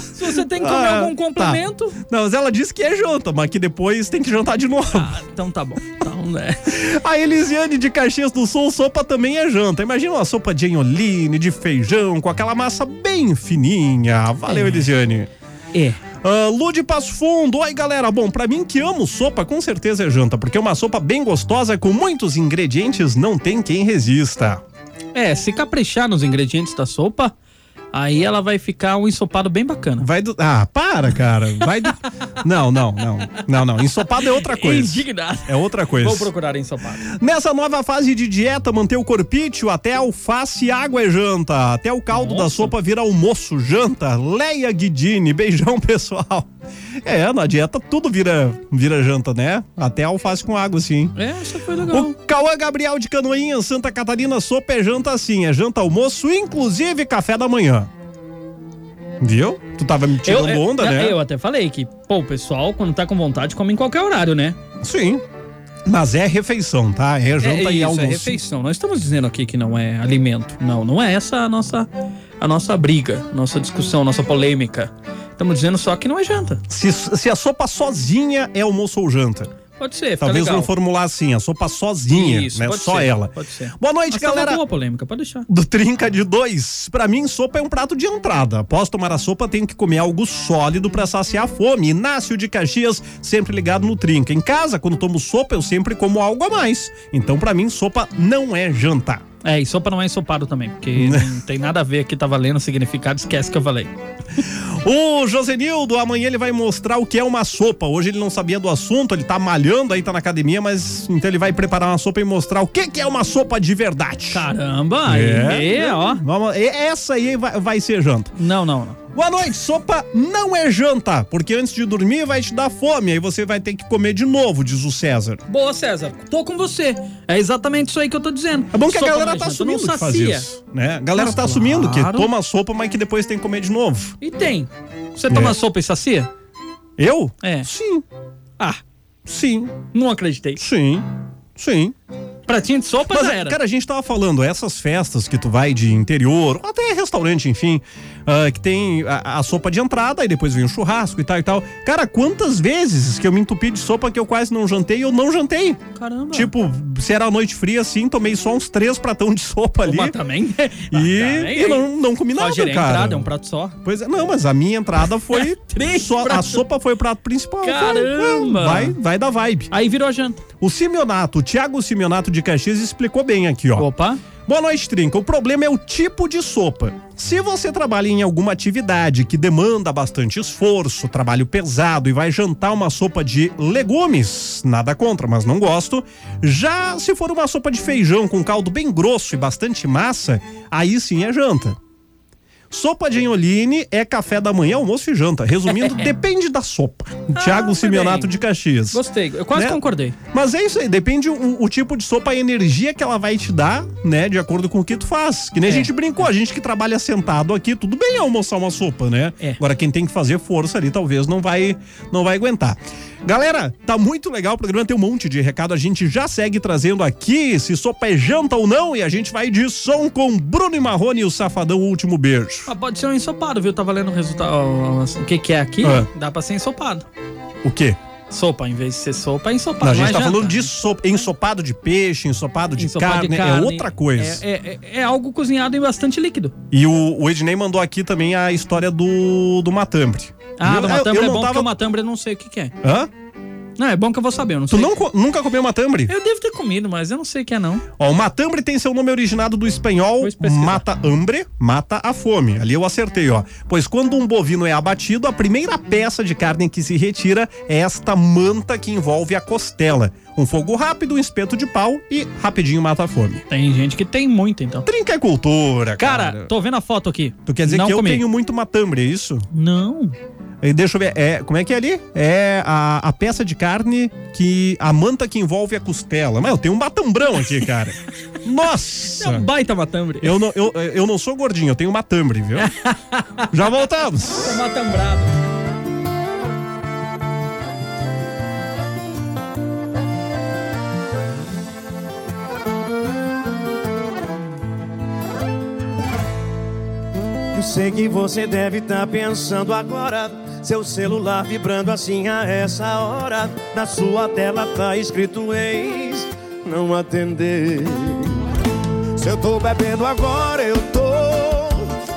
Speaker 4: Se você tem que comer
Speaker 3: Ah,
Speaker 4: algum
Speaker 3: tá.
Speaker 4: complemento.
Speaker 3: Não, mas ela disse que é janta, mas que depois tem que jantar de novo.
Speaker 4: Ah, então tá bom. Então, né?
Speaker 3: A Elisiane de Caxias do Sul, sopa também é janta. Imagina uma sopa de enholine, de feijão, com aquela massa bem fininha. Valeu,
Speaker 4: É.
Speaker 3: Elisiane.
Speaker 4: É.
Speaker 3: Ah, Lu de Passo Fundo, oi galera. Bom, pra mim que amo sopa, com certeza é janta, porque uma sopa bem gostosa com muitos ingredientes não tem quem resista.
Speaker 4: É, se caprichar nos ingredientes da sopa, aí ela vai ficar um ensopado bem bacana.
Speaker 3: Vai do. Ah, para, cara. Vai do. Não, não, não. Não, não. Ensopado é outra coisa.
Speaker 4: Indignado.
Speaker 3: É outra coisa.
Speaker 4: Vou procurar ensopado.
Speaker 3: Nessa nova fase de dieta, manter o corpício até alface e água é janta. Até o caldo da
Speaker 4: Nossa.
Speaker 3: sopa vira almoço, janta. Leia Guidini, beijão pessoal. É, na dieta tudo vira, vira janta, né? Até alface com água, sim.
Speaker 4: É, essa foi legal.
Speaker 3: O Cauã Gabriel de Canoinha, Santa Catarina, sopa é janta sim. É janta, almoço, inclusive café da manhã. Viu? Tu tava me tirando
Speaker 4: é,
Speaker 3: onda,
Speaker 4: é,
Speaker 3: né?
Speaker 4: Eu até falei que, pô, o pessoal, quando tá com vontade, come em qualquer horário, né?
Speaker 3: Sim. Mas é refeição, tá? É janta
Speaker 4: é, é
Speaker 3: e
Speaker 4: isso, é
Speaker 3: almoço.
Speaker 4: refeição. Nós estamos dizendo aqui que não é alimento. Não, não é essa a nossa, a nossa briga, nossa discussão, nossa polêmica. Estamos dizendo só que não é janta.
Speaker 3: se, se a sopa sozinha é almoço ou janta.
Speaker 4: Pode ser, fica
Speaker 3: Talvez
Speaker 4: legal.
Speaker 3: não formular assim, a sopa sozinha,
Speaker 4: Isso,
Speaker 3: né?
Speaker 4: pode
Speaker 3: Só
Speaker 4: ser,
Speaker 3: ela.
Speaker 4: pode ser.
Speaker 3: Boa noite,
Speaker 4: Mas tá uma
Speaker 3: galera.
Speaker 4: boa polêmica, pode deixar.
Speaker 3: Do Trinca de Dois, pra mim sopa é um prato de entrada. Após tomar a sopa, tenho que comer algo sólido pra saciar a fome. Inácio de Caxias, sempre ligado no Trinca. Em casa, quando tomo sopa, eu sempre como algo a mais. Então, pra mim, sopa não é jantar.
Speaker 4: É, e sopa não é ensopado também, porque não tem nada a ver aqui, tá valendo o significado, esquece que eu falei.
Speaker 3: O Josenildo, amanhã ele vai mostrar o que é uma sopa. Hoje ele não sabia do assunto, ele tá malhando aí, tá na academia, mas então ele vai preparar uma sopa e mostrar o que que é uma sopa de verdade.
Speaker 4: Tá. Caramba, aí,
Speaker 3: É.
Speaker 4: ó.
Speaker 3: Vamos, e- essa aí vai, vai ser janta.
Speaker 4: Não, não, não.
Speaker 3: Boa noite, sopa não é janta, porque antes de dormir vai te dar fome, aí você vai ter que comer de novo, diz o César.
Speaker 4: Boa, César, tô com você. É exatamente isso aí que eu tô dizendo.
Speaker 3: É bom que
Speaker 4: Sopa
Speaker 3: a galera
Speaker 4: não é
Speaker 3: tá
Speaker 4: janta, não
Speaker 3: assumindo que faz
Speaker 4: sacia.
Speaker 3: isso, né? A galera
Speaker 4: Mas
Speaker 3: tá assumindo
Speaker 4: claro.
Speaker 3: que toma sopa, mas que depois tem que comer de novo.
Speaker 4: E tem. Você toma
Speaker 3: É.
Speaker 4: sopa e sacia?
Speaker 3: Eu?
Speaker 4: É.
Speaker 3: Sim,
Speaker 4: Ah,
Speaker 3: sim,
Speaker 4: não acreditei.
Speaker 3: sim, sim.
Speaker 4: Pratinho de sopa
Speaker 3: Mas, é
Speaker 4: já era.
Speaker 3: cara, a gente tava falando, essas festas que tu vai de interior, ou até restaurante, enfim, ah, que tem a, a sopa de entrada, e depois vem o churrasco e tal e tal. Cara, quantas vezes que eu me entupi de sopa que eu quase não jantei e eu não jantei?
Speaker 4: Caramba.
Speaker 3: Tipo, se era noite fria assim, tomei só uns três pratão de sopa ali.
Speaker 4: Mas também. Ah,
Speaker 3: E, e não, não comi nada,
Speaker 4: é Só
Speaker 3: cara.
Speaker 4: gerar a entrada, é um prato só.
Speaker 3: Pois é, não, mas a minha entrada foi.
Speaker 4: Três
Speaker 3: só, a
Speaker 4: pratos.
Speaker 3: sopa foi o prato principal.
Speaker 4: Caramba.
Speaker 3: Vai, vai da vibe.
Speaker 4: Aí virou a janta.
Speaker 3: O Simeonato, o Thiago Simeonato de Caxias explicou bem aqui, ó.
Speaker 4: Opa.
Speaker 3: Boa noite, Trinca. O problema é o tipo de sopa. Se você trabalha em alguma atividade que demanda bastante esforço, trabalho pesado e vai jantar uma sopa de legumes, nada contra, mas não gosto. Já se for uma sopa de feijão com caldo bem grosso e bastante massa, aí sim é janta. Sopa de enholine é café da manhã, almoço e janta. Resumindo, depende da sopa. Tiago
Speaker 4: tá
Speaker 3: Simeonato
Speaker 4: bem.
Speaker 3: de Caxias.
Speaker 4: Gostei. Eu quase
Speaker 3: Né?
Speaker 4: concordei.
Speaker 3: Mas é isso aí, depende o, o tipo de sopa, a energia que ela vai te dar, né? De acordo com o que tu faz. Que nem a
Speaker 4: É.
Speaker 3: gente brincou, a gente que trabalha sentado aqui, tudo bem almoçar uma sopa, né?
Speaker 4: É.
Speaker 3: Agora quem tem que fazer força ali talvez não vai não vai aguentar. Galera, tá muito legal o programa, tem um monte de recado, a gente já segue trazendo aqui se sopa é janta ou não e a gente vai de som com Bruno e Marrone e o Safadão o Último Beijo.
Speaker 4: Ah, pode ser um ensopado, viu? Tá valendo o resultado. O que, que é aqui?
Speaker 3: Ah.
Speaker 4: Dá pra ser ensopado.
Speaker 3: O quê?
Speaker 4: Sopa, em vez de ser sopa, é ensopado.
Speaker 3: Não, a
Speaker 4: não
Speaker 3: gente
Speaker 4: é
Speaker 3: tá
Speaker 4: janta.
Speaker 3: falando de sopa, ensopado de peixe, ensopado de,
Speaker 4: Ensopado
Speaker 3: carne,
Speaker 4: de
Speaker 3: é outra coisa.
Speaker 4: É, é- é- é algo cozinhado em bastante líquido.
Speaker 3: E o, o Ednei mandou aqui também a história do, do matambre.
Speaker 4: Ah, do matambre
Speaker 3: não
Speaker 4: é bom porque o
Speaker 3: tava-
Speaker 4: matambre eu não sei o que, que é.
Speaker 3: Hã?
Speaker 4: Não, é bom que eu vou saber, eu não
Speaker 3: Tu
Speaker 4: sei.
Speaker 3: não, co- nunca comeu matambre?
Speaker 4: Eu devo ter comido, mas eu não sei o que é, não.
Speaker 3: Ó, o matambre tem seu nome originado do espanhol
Speaker 4: Vou pesquisar.
Speaker 3: mata hambre, mata a fome. Ali eu acertei, ó. Pois quando um bovino é abatido, a primeira peça de carne que se retira é esta manta que envolve a costela. Um fogo rápido, um espeto de pau e rapidinho mata a fome.
Speaker 4: Tem gente que tem muito, então.
Speaker 3: Trinca é cultura, cara.
Speaker 4: Cara, tô vendo a foto aqui.
Speaker 3: Tu quer dizer
Speaker 4: não
Speaker 3: que eu
Speaker 4: comi.
Speaker 3: tenho muito matambre, é isso?
Speaker 4: Não.
Speaker 3: E Deixa eu ver, é, como é que é ali? É a, a peça de carne que. a manta que envolve a costela. Mas eu tenho um batambrão aqui, cara.
Speaker 4: É um
Speaker 3: Nossa!
Speaker 4: baita matambre.
Speaker 3: Eu não, eu, eu não sou gordinho, eu tenho matambre, viu? Já voltamos!
Speaker 4: Tô matambrado.
Speaker 8: Eu sei que você deve estar pensando agora. Seu celular vibrando assim a essa hora. Na sua tela tá escrito ex, não atender. Se eu tô bebendo agora, eu tô.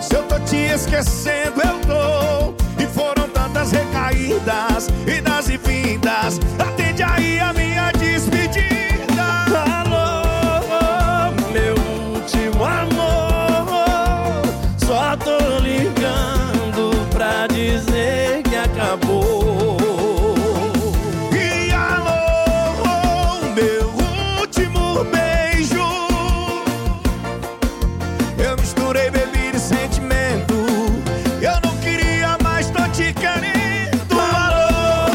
Speaker 8: Se eu tô te esquecendo, eu tô. E foram tantas recaídas, idas e vindas. Atende aí a minha despedida. Alô, meu último amor. Só tô ligando pra dizer que acabou. E alô, meu último beijo. Eu misturei bebida e sentimento. Eu não queria mais, tô te querendo. Alô,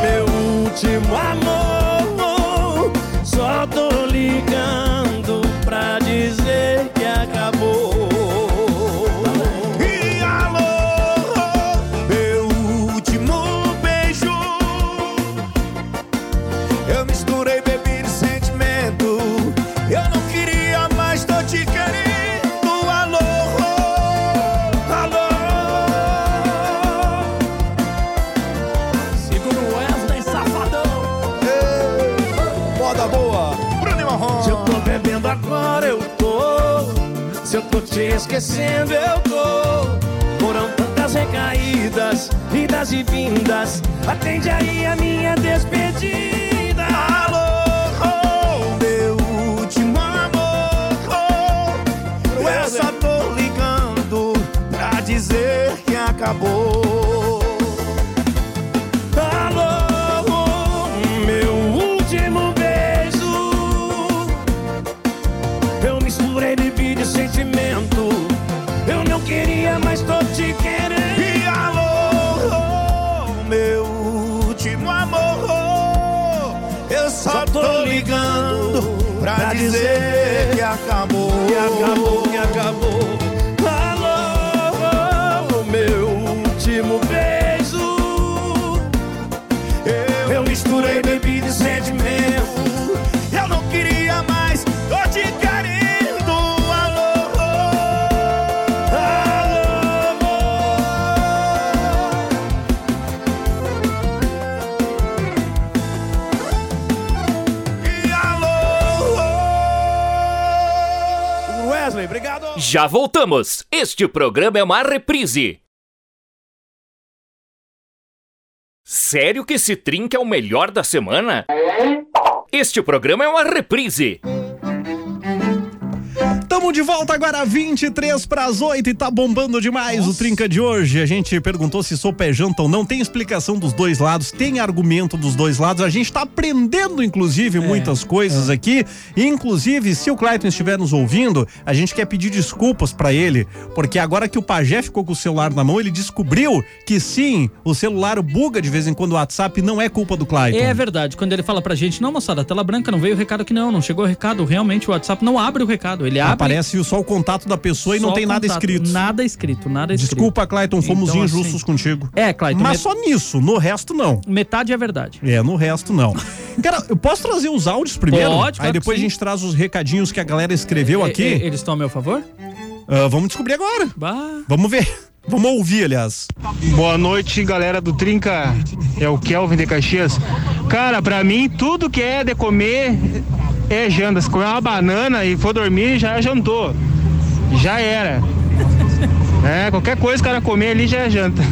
Speaker 8: meu último amor. bebendo agora eu tô. Se eu tô te esquecendo, eu tô. Foram tantas recaídas, idas e vindas. Atende aí a minha despedida. Alô, oh, meu último amor. Oh, Eu só tô ligando pra dizer que acabou. Alô, meu último beijo. Eu misturei bebida e sentimento. Eu não queria, mas tô te querendo. E alô, meu último amor. Eu só tô ligando pra dizer que acabou. Que acabou, que acabou. Alô, meu último beijo. Eu, eu misturei bebida e sentimento. Eu não queria mais, tô te querendo. Alô, alô. E alô. Wesley, obrigado.
Speaker 1: Já voltamos. Este programa é uma reprise. Sério que esse trinca é o melhor da semana? Este programa é uma reprise.
Speaker 3: Tamo de volta agora, 23 pras 8 e tá bombando demais o trinca de hoje. A gente perguntou se sopa é janta ou não. Tem explicação dos dois lados, tem argumento dos dois lados. A gente tá aprendendo, inclusive,
Speaker 4: É.
Speaker 3: muitas coisas aqui. E, Inclusive, se o Clayton estiver nos ouvindo, a gente quer pedir desculpas pra ele, porque agora que o pajé ficou com o celular na mão, ele descobriu que sim, o celular buga de vez em quando o WhatsApp não é culpa do Clayton.
Speaker 4: É verdade, quando ele fala pra gente, não, moçada, a tela branca não veio o recado aqui não, não chegou o recado, realmente o WhatsApp não abre o recado, ele abre...
Speaker 3: Aparece só o contato da pessoa e não
Speaker 4: só
Speaker 3: tem
Speaker 4: o
Speaker 3: nada
Speaker 4: contato.
Speaker 3: escrito.
Speaker 4: Nada escrito, nada escrito.
Speaker 3: Desculpa, Clayton, fomos
Speaker 4: Então, assim-
Speaker 3: injustos contigo.
Speaker 4: É, Clayton,
Speaker 3: Mas
Speaker 4: met-
Speaker 3: só nisso, no resto não.
Speaker 4: metade é verdade.
Speaker 3: É, no resto não. Cara, eu posso trazer os áudios primeiro?
Speaker 4: Pode, claro
Speaker 3: Aí
Speaker 4: que
Speaker 3: depois a
Speaker 4: sim. É,
Speaker 3: gente traz os recadinhos que a galera escreveu
Speaker 4: E- e-
Speaker 3: aqui.
Speaker 4: eles estão a meu favor?
Speaker 3: Ah, vamos descobrir agora.
Speaker 4: Bah.
Speaker 3: Vamos ver. Vamos ouvir, aliás.
Speaker 7: Boa noite, galera do Trinca. É o Kelvin de Caxias. Cara, pra mim, tudo que é de comer é janta. Se comer uma banana e for dormir, já jantou. Já era. É, qualquer coisa que o cara comer ali já é janta.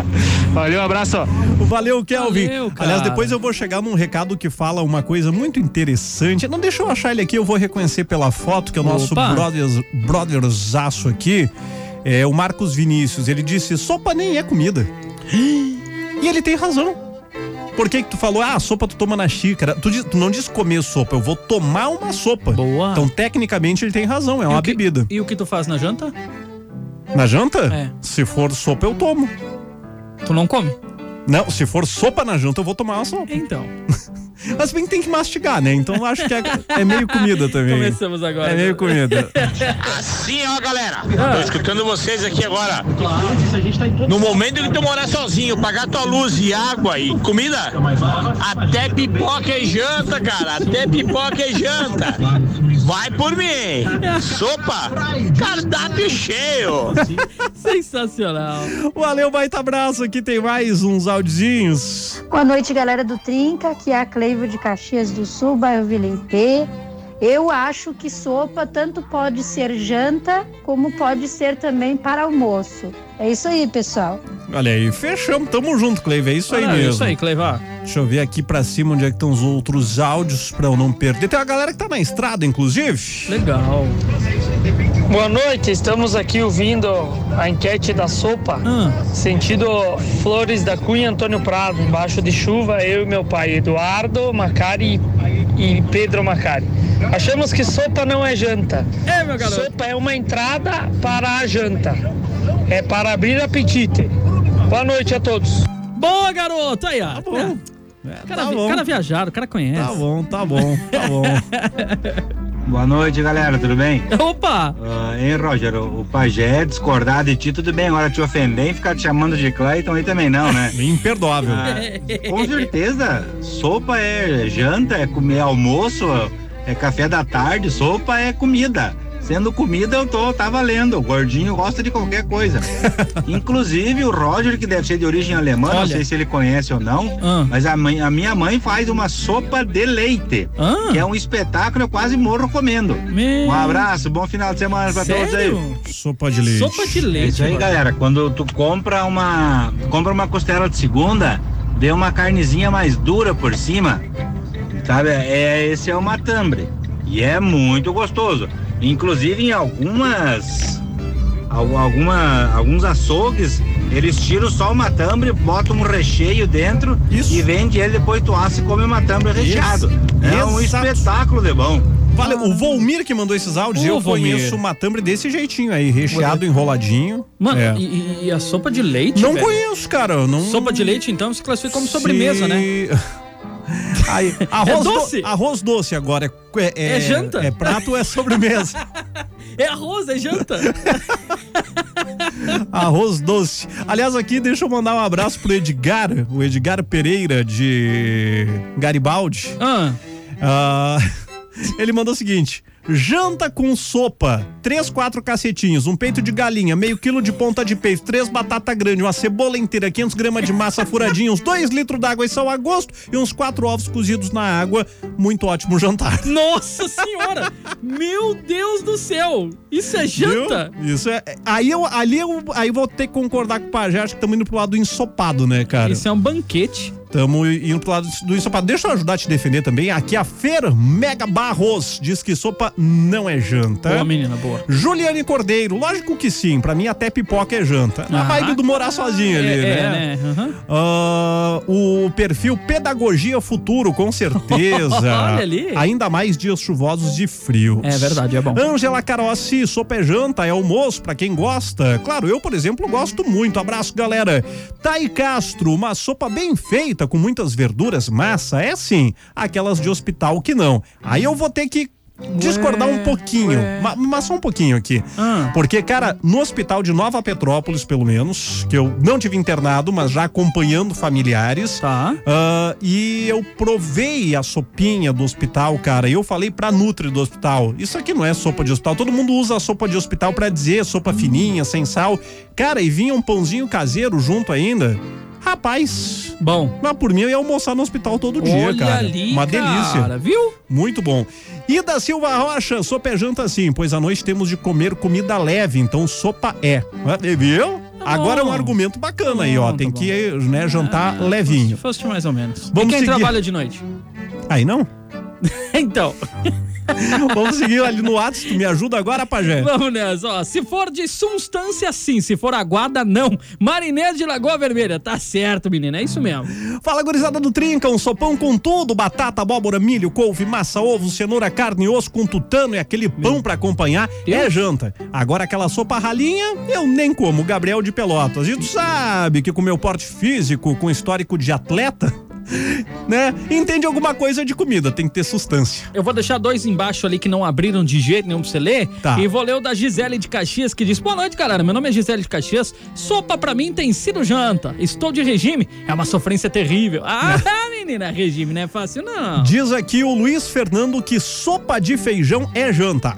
Speaker 7: Valeu, um abraço.
Speaker 3: Valeu, Kelvin.
Speaker 4: Valeu, cara.
Speaker 3: aliás, depois eu vou chegar num recado que fala uma coisa muito interessante. Não deixa eu achar ele aqui, eu vou reconhecer pela foto, que é o nosso
Speaker 4: Opa.
Speaker 3: brothers, brotherzaço aqui. É o Marcos Vinícius. Ele disse: sopa nem é comida. E ele tem razão. Por que, que tu falou, ah, sopa tu toma na xícara? Tu, diz- tu não diz comer sopa, eu vou tomar uma sopa.
Speaker 4: Boa.
Speaker 3: Então, tecnicamente, ele tem razão, é
Speaker 4: E
Speaker 3: uma
Speaker 4: o que-
Speaker 3: bebida.
Speaker 4: E o que tu faz na janta?
Speaker 3: Na janta?
Speaker 4: É.
Speaker 3: Se for sopa, eu tomo.
Speaker 4: Tu não come?
Speaker 3: Não, se for sopa na janta, eu vou tomar uma sopa.
Speaker 4: Então.
Speaker 3: Mas bem que tem que mastigar, né? Então eu acho que é, é meio comida também.
Speaker 4: Começamos agora.
Speaker 3: É meio comida.
Speaker 9: Sim, ó, galera. Tô escutando vocês aqui agora. No momento que tu morar sozinho, pagar tua luz e água e comida, até pipoca é janta, cara. Até pipoca é janta. Vai por mim. Sopa, cardápio cheio.
Speaker 4: Sensacional.
Speaker 3: Valeu, baita abraço. Aqui tem mais uns audiozinhos.
Speaker 6: Boa noite, galera do Trinca, aqui é a Cleivo de Caxias do Sul, bairro Vila em Pé. Eu acho que sopa tanto pode ser janta, como pode ser também para almoço. É isso aí, pessoal.
Speaker 3: Olha aí, fechamos. Tamo junto, Cleive. É isso aí
Speaker 4: Ah,
Speaker 3: mesmo.
Speaker 4: Isso aí, Ah, Cleivar.
Speaker 3: Deixa eu ver aqui pra cima onde é que estão os outros áudios pra eu não perder. Tem uma galera que tá na estrada, inclusive.
Speaker 4: Legal.
Speaker 7: Boa noite, estamos aqui ouvindo a enquete da sopa.
Speaker 4: Ah,
Speaker 7: Sentido Flores da Cunha Antônio Prado, embaixo de chuva, eu e meu pai, Eduardo Macari e Pedro Macari. Achamos que sopa não é janta.
Speaker 4: É, meu garoto.
Speaker 7: Sopa é uma entrada para a janta. É para abrir apetite. Boa noite a todos.
Speaker 4: Boa, garoto. Aí, ó.
Speaker 3: Tá bom. É,
Speaker 4: O cara,
Speaker 3: tá,
Speaker 4: vi-
Speaker 3: bom.
Speaker 4: cara viajado, o cara conhece.
Speaker 3: tá bom, tá bom, tá bom.
Speaker 9: Boa noite, galera. Tudo bem?
Speaker 3: Tá
Speaker 4: Opa!
Speaker 9: Ah, hein, Roger? O o
Speaker 10: é
Speaker 9: pajé discordar de ti, tudo bem. Agora te ofender e ficar te chamando de Clayton
Speaker 10: então
Speaker 9: aí também não, né?
Speaker 3: Imperdoável.
Speaker 9: Ah, com certeza. Sopa é janta, é comer almoço, é café da tarde, sopa é comida.
Speaker 10: Sendo comida, eu tô, tá valendo. O gordinho gosta de qualquer coisa. Inclusive o Roger, que deve ser de origem alemã, não
Speaker 11: Olha.
Speaker 10: sei se ele conhece ou não, mas a, mãe- a minha mãe faz uma sopa de leite,
Speaker 4: Ah.
Speaker 10: que é um espetáculo, eu quase morro comendo. Um abraço, bom final de semana pra todos aí.
Speaker 3: Sopa de leite.
Speaker 10: É isso aí, galera. Quando tu compra uma, compra uma costela de segunda, dê uma carnezinha mais dura por cima. Sabe? É, esse é o matambre. E é muito gostoso. Inclusive em algumas al- alguma, alguns açougues, eles tiram só o matambre, botam um recheio dentro e vende ele depois tu assa e come o matambre recheado. É um
Speaker 3: Exato.
Speaker 10: espetáculo de bom.
Speaker 3: Valeu,
Speaker 4: Ah.
Speaker 3: o Volmir que mandou esses áudios,
Speaker 10: Ô,
Speaker 3: eu
Speaker 10: Volmir.
Speaker 3: conheço o matambre desse jeitinho aí, recheado, enroladinho.
Speaker 4: Mano,
Speaker 3: É.
Speaker 4: e, e a sopa de leite?
Speaker 3: Não
Speaker 4: velho?
Speaker 3: conheço, cara. Não...
Speaker 4: Sopa de leite, então, se classifica como sobremesa, né?
Speaker 3: Aí, arroz doce? arroz doce agora. É,
Speaker 4: É janta?
Speaker 3: É prato ou é sobremesa?
Speaker 4: É arroz, é janta.
Speaker 3: Arroz doce. Aliás, aqui deixa eu mandar um abraço pro Edgar, o Edgar Pereira de Garibaldi. Ah, ele mandou o seguinte: janta com sopa, três, quatro cacetinhos, um peito de galinha, meio quilo de ponta de peito, três batata grande, uma cebola inteira, 500 gramas de massa furadinha, uns dois litros d'água e sal a gosto e uns quatro ovos cozidos na água. Muito ótimo jantar.
Speaker 4: Nossa senhora! Meu Deus do céu! Isso é janta?
Speaker 3: Viu? Isso é. Aí eu, ali eu aí eu vou ter que concordar com o Pajé, acho que estamos indo pro lado do ensopado, né, cara?
Speaker 4: Isso é um banquete.
Speaker 3: Estamos indo pro lado do ensopado. Deixa eu ajudar a te defender também. Aqui a Fer Mega Barros diz que sopa não é janta.
Speaker 4: Boa, menina, boa.
Speaker 3: Juliane Cordeiro, lógico que sim. Pra mim até pipoca é janta. Na
Speaker 4: Aham.
Speaker 3: vibe do morar sozinho ali, né?
Speaker 4: é, é, né? Aham.
Speaker 3: Ah, o perfil Pedagogia Futuro, com certeza.
Speaker 4: Olha ali.
Speaker 3: Ainda mais dias chuvosos de frio.
Speaker 4: É verdade, é bom.
Speaker 3: Ângela Carossi, sopa é janta, é almoço pra quem gosta. Claro, eu, por exemplo, gosto muito. Abraço, galera. Thay Castro, uma sopa bem feita, com muitas verduras, massa, é sim. Aquelas de hospital que não. Aí eu vou ter que discordar um pouquinho, ma- mas só um pouquinho aqui.
Speaker 4: Ah.
Speaker 3: Porque, cara, no hospital de Nova Petrópolis, pelo menos, que eu não tive internado, mas já acompanhando familiares. ah,
Speaker 4: Tá.
Speaker 3: e eu provei a sopinha do hospital, cara. E eu falei pra Nutri do hospital: Isso aqui não é sopa de hospital. Todo mundo usa a sopa de hospital pra dizer sopa fininha, sem sal. Cara, e vinha um pãozinho caseiro junto ainda. Rapaz.
Speaker 4: Bom.
Speaker 3: Mas por mim eu ia almoçar no hospital todo dia,
Speaker 4: Olha
Speaker 3: cara.
Speaker 4: ali,
Speaker 3: Uma
Speaker 4: cara,
Speaker 3: delícia.
Speaker 4: viu?
Speaker 3: Muito bom. E da Silva Rocha, sopa é janta sim, pois à noite temos de comer comida leve, então sopa é. Ah, Viu? Agora é um argumento bacana aí, ó. Tem que né, jantar levinho.
Speaker 4: Se fosse mais ou menos.
Speaker 3: Vamos
Speaker 4: e quem
Speaker 3: seguir.
Speaker 4: trabalha de noite?
Speaker 3: Aí não?
Speaker 4: então.
Speaker 3: Vamos seguir ali no WhatsApp, tu me ajuda agora, Pajé?
Speaker 4: Vamos nessa, ó. Se for de substância, sim. Se for aguada, não. Marinês de Lagoa Vermelha. Tá certo, menina. É isso mesmo.
Speaker 3: Fala, gurizada do Trinca, um sopão com tudo, batata, abóbora, milho, couve, massa, ovo, cenoura, carne, osso com tutano e aquele pão pra acompanhar, é janta. Agora aquela sopa ralinha, eu nem como, Gabriel de Pelotas. E tu sabe que com meu porte físico, com histórico de atleta, né, entende alguma coisa de comida, tem que ter sustância.
Speaker 4: Eu vou deixar dois embaixo ali que não abriram de jeito nenhum pra você ler.
Speaker 3: Tá.
Speaker 4: E vou ler o da Gisele de Caxias, que diz: Boa noite, galera. Meu nome é Gisele de Caxias. Sopa pra mim tem sido janta. Estou de regime. É uma sofrência terrível. Ah,
Speaker 3: Né?
Speaker 4: menina, regime não é fácil, não.
Speaker 3: Diz aqui o Luiz Fernando que sopa de feijão é janta.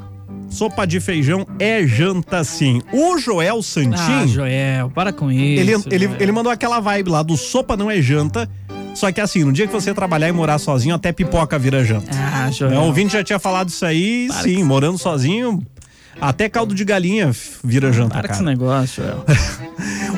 Speaker 3: Sopa de feijão é janta, sim. O Joel Santin.
Speaker 4: Ah, Joel, para com isso. né?
Speaker 3: Ele, ele,
Speaker 4: Joel.
Speaker 3: ele mandou aquela vibe lá do sopa não é janta. Só que assim, no dia que você trabalhar e morar sozinho, até pipoca vira janta.
Speaker 4: Ah,
Speaker 3: Joel. O ouvinte já tinha falado isso aí, sim, morando sozinho, até caldo de galinha f- vira janta.
Speaker 4: Para com
Speaker 3: cara.
Speaker 4: esse negócio, Joel.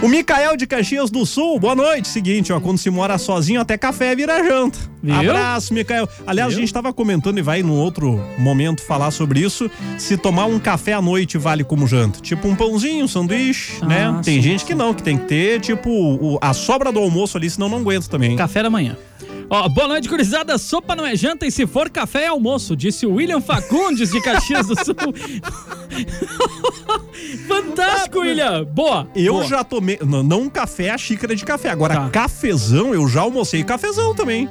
Speaker 3: O Micael de Caxias do Sul, boa noite. Seguinte, ó, quando se mora sozinho, até café vira janta.
Speaker 4: Viu?
Speaker 3: Abraço, Micael. Aliás, a gente tava comentando e vai num outro momento falar sobre isso. Se tomar um café à noite vale como janta. Tipo um pãozinho, um
Speaker 4: Ah,
Speaker 3: sanduíche, né? Tem gente que não, que tem que ter, tipo, o- a sobra do almoço ali, senão não aguenta também.
Speaker 4: Café da manhã. Ó, boa noite, gurizada. Sopa não é janta e se for café é almoço, disse o William Facundes de Caxias do Sul. Fantástico, William. Boa.
Speaker 3: Eu
Speaker 4: boa. Tá.
Speaker 3: já tomei. Não, não um café, a xícara de café. Agora, cafezão, eu já almocei cafezão também.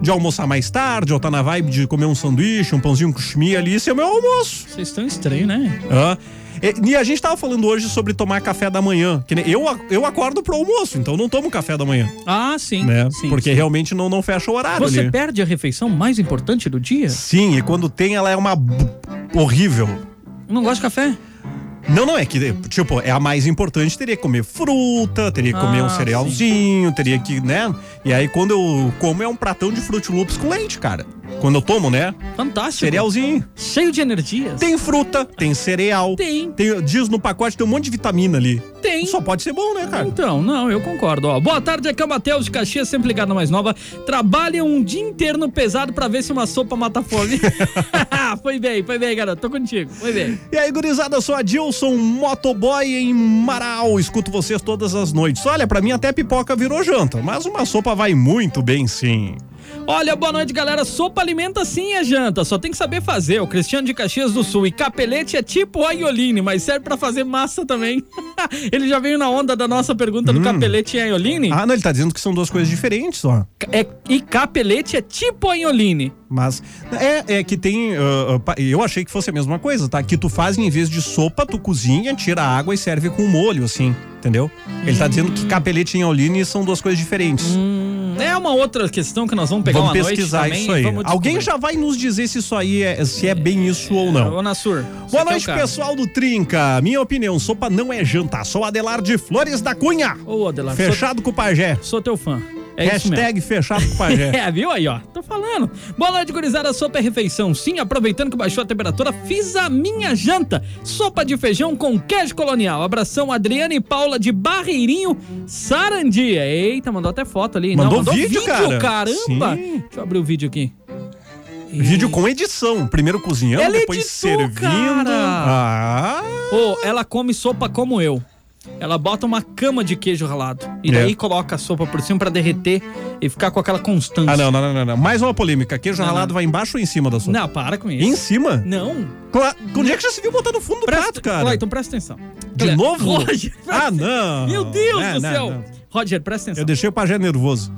Speaker 3: De almoçar mais tarde, ou tá na vibe de comer um sanduíche, um pãozinho com chimia ali, esse é o meu almoço.
Speaker 4: Vocês estão estranhos, né?
Speaker 3: Hã? E, e a gente tava falando hoje sobre tomar café da manhã. Que nem- eu, a- eu acordo pro almoço, então não tomo café da manhã.
Speaker 4: Ah, sim.
Speaker 3: né?
Speaker 4: sim
Speaker 3: Porque
Speaker 4: sim.
Speaker 3: realmente não, não fecha o horário
Speaker 4: Você
Speaker 3: ali.
Speaker 4: perde a refeição mais importante do dia?
Speaker 3: Sim, e quando tem, ela é uma b- horrível.
Speaker 4: Não gosta de café?
Speaker 3: Não, não, é que, tipo, é a mais importante, teria que comer fruta, teria que comer
Speaker 4: Ah,
Speaker 3: um
Speaker 4: sim.
Speaker 3: cerealzinho, teria que, né? E aí quando eu como é um pratão de Fruit Loops com leite, cara. Quando eu tomo, né?
Speaker 4: Tipo, Fantástico.
Speaker 3: Cerealzinho.
Speaker 4: Cheio de energias.
Speaker 3: Tem fruta, tem cereal. Tem. Diz no pacote, tem um monte de vitamina ali.
Speaker 4: Tem.
Speaker 3: Só pode ser bom, né, cara?
Speaker 4: Então, não, eu concordo. Ó, boa tarde, aqui é o Matheus de Caxias, sempre ligado na mais nova. Trabalha um dia inteiro no pesado pra ver se uma sopa mata a fome. foi bem, foi bem, garoto. Tô contigo, foi bem.
Speaker 3: E aí, gurizada, eu sou a Dilson, motoboy em Marau. Escuto vocês todas as noites. Olha, pra mim até pipoca virou janta, mas uma sopa vai muito bem sim.
Speaker 4: Olha, boa noite, galera. Sopa alimenta sim a janta, só tem que saber fazer. O Cristiano de Caxias do Sul e capelete é tipo aioline, mas serve pra fazer massa também. Ele já veio na onda da nossa pergunta do capelete e aioline.
Speaker 3: Hum. Ah, não, ele tá dizendo que são duas coisas diferentes, ó.
Speaker 4: É, e capelete é tipo anholine.
Speaker 3: Mas é, é que tem. ah, ah, pa- eu achei que fosse a mesma coisa, tá? Que tu faz em vez de sopa, tu cozinha, tira a água e serve com molho, assim, entendeu? Ele tá dizendo que capelete e auline são duas coisas diferentes.
Speaker 4: É uma outra questão que nós vamos pegar
Speaker 3: Hum. vamos
Speaker 4: uma noite
Speaker 3: pesquisar
Speaker 4: também
Speaker 3: isso
Speaker 4: e
Speaker 3: aí.
Speaker 4: vamos
Speaker 3: Alguém
Speaker 4: descobrir.
Speaker 3: já vai nos dizer se isso aí é, se é bem isso ou não.
Speaker 4: Ô, Nassur.
Speaker 3: Boa
Speaker 4: aqui é o
Speaker 3: noite,
Speaker 4: cara.
Speaker 3: pessoal do Trinca. Minha opinião, sopa não é janta. Sou Adelardo de Flores da Cunha.
Speaker 4: Ô, Adelar,
Speaker 3: Fechado com o pajé.
Speaker 4: Sou teu fã. É isso mesmo.
Speaker 3: Hashtag fechado com o pajé.
Speaker 4: É, viu aí, ó. Tô falando. Boa noite, gurizada. Sopa é refeição. Sim, aproveitando que baixou a temperatura, fiz a minha janta. Sopa de feijão com queijo colonial. Abração, Adriana e Paula de Barreirinho, Sarandia. Eita, mandou até foto ali. Não,
Speaker 3: Mandou vídeo, cara.
Speaker 4: Caramba.
Speaker 3: Sim.
Speaker 4: Deixa eu abrir o vídeo aqui.
Speaker 3: Vídeo com edição. Primeiro cozinhando,
Speaker 4: Ela
Speaker 3: depois
Speaker 4: editou,
Speaker 3: servindo.
Speaker 4: cara.
Speaker 3: Ah.
Speaker 4: Ô, ela come sopa como eu. Ela bota uma cama de queijo ralado. E
Speaker 3: É.
Speaker 4: daí coloca a sopa por cima pra derreter e ficar com aquela constância.
Speaker 3: Ah, não, não, não, não, não. Mais uma polêmica. Queijo
Speaker 4: Não,
Speaker 3: ralado
Speaker 4: não.
Speaker 3: vai embaixo ou em cima da sopa?
Speaker 4: Não, para com isso.
Speaker 3: Em cima?
Speaker 4: Não.
Speaker 3: Cla Onde é que já se viu botar no fundo do prato, cara?
Speaker 4: Ó, então presta atenção.
Speaker 3: De
Speaker 4: Olha,
Speaker 3: novo?
Speaker 4: Roger, presta-
Speaker 3: Ah, não. É,
Speaker 4: Meu Deus
Speaker 3: Não,
Speaker 4: do
Speaker 3: não,
Speaker 4: céu.
Speaker 3: não.
Speaker 4: Roger, presta atenção.
Speaker 3: Eu deixei o pajé nervoso.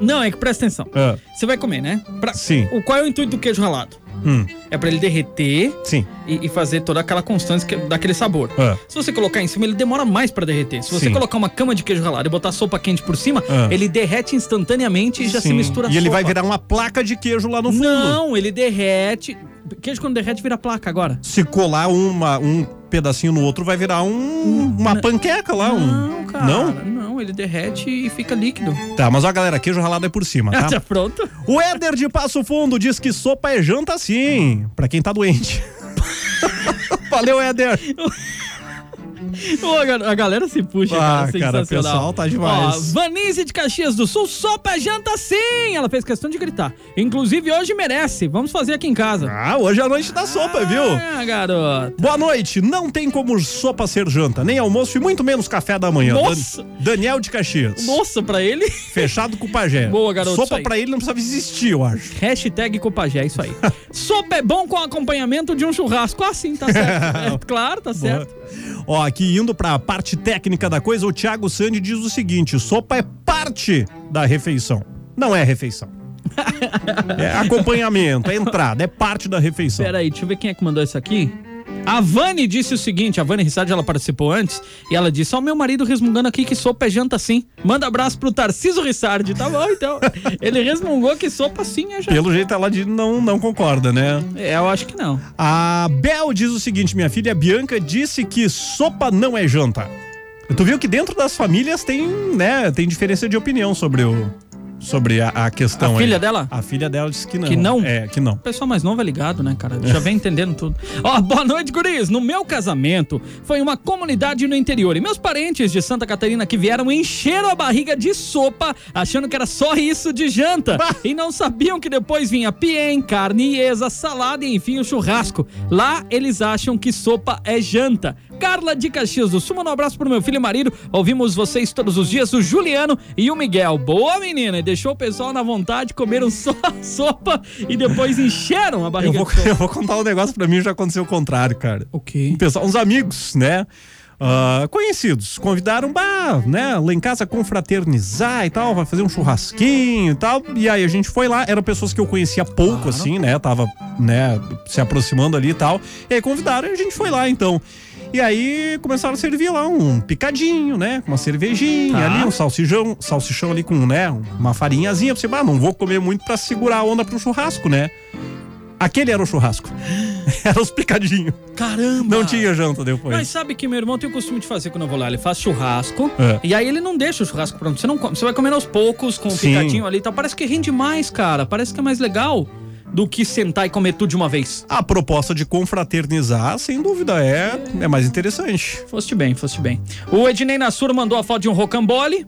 Speaker 4: Não, é que presta atenção.
Speaker 3: Ah.
Speaker 4: Você vai comer, né? Pra-
Speaker 3: Sim.
Speaker 4: O, qual é o intuito do queijo ralado?
Speaker 3: Hum.
Speaker 4: É pra ele derreter
Speaker 3: Sim.
Speaker 4: e, e fazer toda aquela constância que- daquele sabor.
Speaker 3: Ah.
Speaker 4: Se você colocar em cima, ele demora mais pra derreter. Se você
Speaker 3: Sim.
Speaker 4: colocar uma cama de queijo ralado e botar sopa quente por cima,
Speaker 3: Ah.
Speaker 4: ele derrete instantaneamente e já se
Speaker 3: Sim.
Speaker 4: mistura a
Speaker 3: E ele vai
Speaker 4: sopa.
Speaker 3: virar uma placa de queijo lá no fundo.
Speaker 4: Não, ele derrete. Queijo quando derrete vira placa agora.
Speaker 3: Se colar uma, um pedacinho no outro, vai virar um, uma panqueca lá. Não, um...
Speaker 4: Cara,
Speaker 3: Não?
Speaker 4: Não, ele derrete e fica líquido.
Speaker 3: Tá, mas ó, galera, queijo ralado é por cima,
Speaker 4: Tá,
Speaker 3: tá?
Speaker 4: pronto?
Speaker 3: o Éder de Passo Fundo diz que sopa é janta sim, pra quem tá doente. Valeu, Éder.
Speaker 4: Ô, a gal- a galera se puxa,
Speaker 3: Ah,
Speaker 4: cara,
Speaker 3: cara, o
Speaker 4: sensacional.
Speaker 3: pessoal tá demais.
Speaker 4: Ó, Vanise de Caxias do Sul, sopa janta sim! Ela fez questão de gritar. Inclusive, hoje merece. Vamos fazer aqui em casa.
Speaker 3: Ah, hoje é a noite da sopa, viu?
Speaker 4: Ah, garoto.
Speaker 3: Boa noite. Não tem como sopa ser janta, nem almoço e muito menos café da manhã. Dan-
Speaker 4: Nossa.
Speaker 3: Daniel de Caxias.
Speaker 4: Nossa, pra ele.
Speaker 3: Fechado com o pajé.
Speaker 4: Boa, garoto, isso
Speaker 3: Sopa
Speaker 4: aí.
Speaker 3: pra ele não precisava existir, eu acho.
Speaker 4: Hashtag Copagé, isso aí. sopa é bom com acompanhamento de um churrasco. Assim, tá certo. É, claro, tá
Speaker 3: Boa.
Speaker 4: certo.
Speaker 3: Ó, aqui indo pra parte técnica da coisa, o Thiago Sandi diz o seguinte: sopa é parte da refeição. Não é refeição. É acompanhamento, é entrada, é parte da refeição.
Speaker 4: Pera aí, deixa eu ver quem é que mandou isso aqui. A Vani disse o seguinte, a Vani Rissardi, ela participou antes, e ela disse, ó, meu marido resmungando aqui que sopa é janta sim. Manda abraço pro Tarciso Rissardi, tá bom, então. Ele resmungou que sopa sim é janta.
Speaker 3: Pelo jeito ela de- não, não concorda, né?
Speaker 4: É, eu acho que não.
Speaker 3: A Bel diz o seguinte: minha filha Bianca disse que sopa não é janta. Tu viu que dentro das famílias tem, né, tem diferença de opinião sobre o sobre a, a questão
Speaker 4: A
Speaker 3: aí.
Speaker 4: filha dela?
Speaker 3: A filha dela disse que não.
Speaker 4: Que não?
Speaker 3: É, que não.
Speaker 4: O pessoal mais novo é ligado, né, cara? Já vem entendendo tudo. Ó, boa noite, guris. No meu casamento, foi uma comunidade no interior. E meus parentes de Santa Catarina que vieram encheram a barriga de sopa, achando que era só isso de janta. e não sabiam que depois vinha piem, carne iesa, salada e, enfim, o churrasco. Lá, eles acham que sopa é janta. Carla de Caxias do Sul, manda um abraço pro meu filho e marido. Ouvimos vocês todos os dias, o Juliano e o Miguel. Boa, menina! E deixou o pessoal na vontade, comeram só a sopa e depois encheram a
Speaker 3: Eu
Speaker 4: barriga.
Speaker 3: vou,
Speaker 4: de sopa.
Speaker 3: eu vou contar um negócio pra mim, já aconteceu o contrário, cara.
Speaker 4: O quê?
Speaker 3: Um pessoal, uns amigos, né? Ah, conhecidos, convidaram bah, né, lá em casa confraternizar e tal, vai fazer um churrasquinho e tal. E aí a gente foi lá, eram pessoas que eu conhecia pouco, assim, né? Tava, né, se aproximando ali e tal. E aí convidaram e a gente foi lá, então. E aí começaram a servir lá um picadinho, né? Com uma cervejinha
Speaker 4: Tá.
Speaker 3: ali, um salsichão, salsichão ali com, né, uma farinhazinha um pra você, bah, não vou comer muito pra segurar a onda pro churrasco, né? Aquele era o churrasco. Era os picadinhos.
Speaker 4: Caramba!
Speaker 3: Não tinha janta depois.
Speaker 4: Mas sabe que meu irmão tem o costume de fazer quando eu vou lá? Ele faz churrasco
Speaker 3: É.
Speaker 4: e aí ele não deixa o churrasco pronto. Você não come, você vai comendo aos poucos com o
Speaker 3: Sim.
Speaker 4: picadinho ali e tal. Parece que rende mais, cara. Parece que é mais legal do que sentar e comer tudo de uma vez.
Speaker 3: A proposta de confraternizar, sem dúvida, é, é mais interessante.
Speaker 4: Foste bem, foste bem. O Ednei Nassur mandou a foto de um rocambole.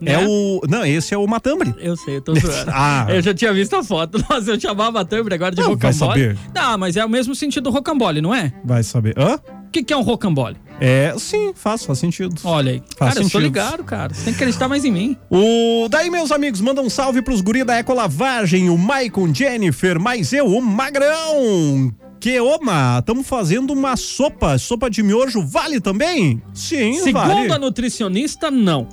Speaker 4: né?
Speaker 3: É o. Não, esse é o Matambre.
Speaker 4: Eu sei, eu tô zoando.
Speaker 3: Ah.
Speaker 4: Eu já tinha visto a foto. Nossa, eu chamava a Thumb agora de
Speaker 3: Não, vai
Speaker 4: rocambole.
Speaker 3: saber.
Speaker 4: Não, mas é o mesmo sentido do rocambole, não é?
Speaker 3: Vai saber. Hã?
Speaker 4: O que, que é um rocambole?
Speaker 3: É, sim, faz, faz sentido.
Speaker 4: Olha aí.
Speaker 3: Faz
Speaker 4: cara, eu
Speaker 3: sentido.
Speaker 4: sou ligado, cara. Você tem que acreditar mais em mim.
Speaker 3: O Daí, meus amigos, manda um salve pros guri da Ecolavagem, o Maicon, Jennifer, mais eu, o Magrão. Que oma, estamos fazendo uma sopa, sopa de miojo, vale também? Sim,
Speaker 4: Segundo
Speaker 3: vale.
Speaker 4: a nutricionista, não.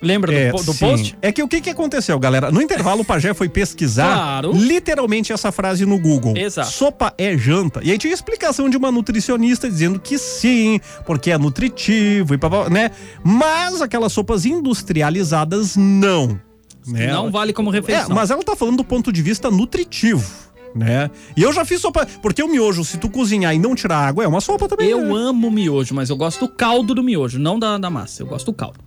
Speaker 4: Lembra do
Speaker 3: É,
Speaker 4: po- do,
Speaker 3: sim.
Speaker 4: post?
Speaker 3: É que o que, que aconteceu, galera? No intervalo, o Pajé foi pesquisar
Speaker 4: Claro.
Speaker 3: literalmente essa frase no Google.
Speaker 4: Exato.
Speaker 3: Sopa é janta. E aí tinha explicação de uma nutricionista dizendo que sim, porque é nutritivo e papá, né? Mas aquelas sopas industrializadas, não. Né?
Speaker 4: Não vale como refeição.
Speaker 3: É, mas ela tá falando do ponto de vista nutritivo. Né? E eu já fiz sopa. Porque o miojo, se tu cozinhar e não tirar água, é uma sopa também. né?
Speaker 4: Eu amo miojo, mas eu gosto do caldo do miojo, não da, da massa. Eu gosto do caldo.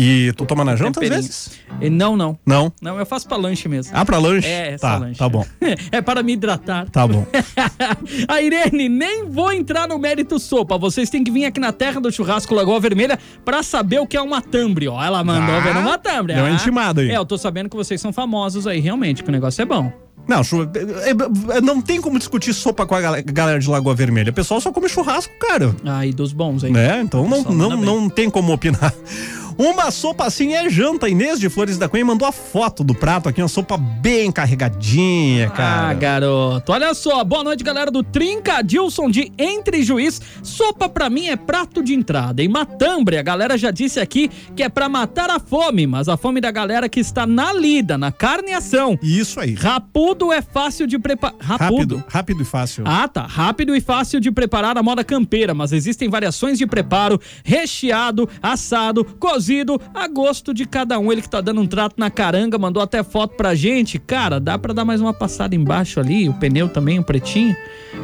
Speaker 3: E tu toma na janta às
Speaker 4: Temperinho.
Speaker 3: vezes?
Speaker 4: E não, não.
Speaker 3: Não.
Speaker 4: Não, eu faço pra lanche mesmo.
Speaker 3: Ah, pra lanche?
Speaker 4: É, é
Speaker 3: tá,
Speaker 4: só lanche.
Speaker 3: tá bom.
Speaker 4: é para me hidratar.
Speaker 3: Tá bom.
Speaker 4: A Irene, nem vou entrar no mérito sopa. Vocês têm que vir aqui na terra do churrasco Lagoa Vermelha pra saber o que é uma tambre, ó. Ela mandou
Speaker 3: Ah,
Speaker 4: ver uma tambre.
Speaker 3: deu uma intimada aí.
Speaker 4: É, eu tô sabendo que vocês são famosos aí, realmente, que o negócio é bom.
Speaker 3: Não, chu- é- é- é- não tem como discutir sopa com a gal- galera de Lagoa Vermelha. O pessoal só come churrasco, cara.
Speaker 4: Aí, dos bons aí.
Speaker 3: Né? Então não,
Speaker 4: Pessoal
Speaker 3: não,
Speaker 4: manda bem.
Speaker 3: não tem como opinar. Uma sopa assim é janta. Inês de Flores da Cunha mandou a foto do prato aqui, uma sopa bem carregadinha,
Speaker 4: Ah,
Speaker 3: cara.
Speaker 4: garoto. Olha só, boa noite, galera do Trincadilson de Entre Juiz. Sopa pra mim é prato de entrada. E matambre, a galera já disse aqui que é pra matar a fome, mas a fome da galera que está na lida, na carne e ação.
Speaker 3: Isso aí.
Speaker 4: Rapudo é fácil de preparar.
Speaker 3: Rápido, rápido e fácil.
Speaker 4: Ah, tá. Rápido e fácil de preparar a moda campeira, mas existem variações de preparo: recheado, assado, cozido, a gosto de cada um. Ele que tá dando um trato na caranga, mandou até foto pra gente. Cara, dá pra dar mais uma passada embaixo ali, o pneu também, o pretinho.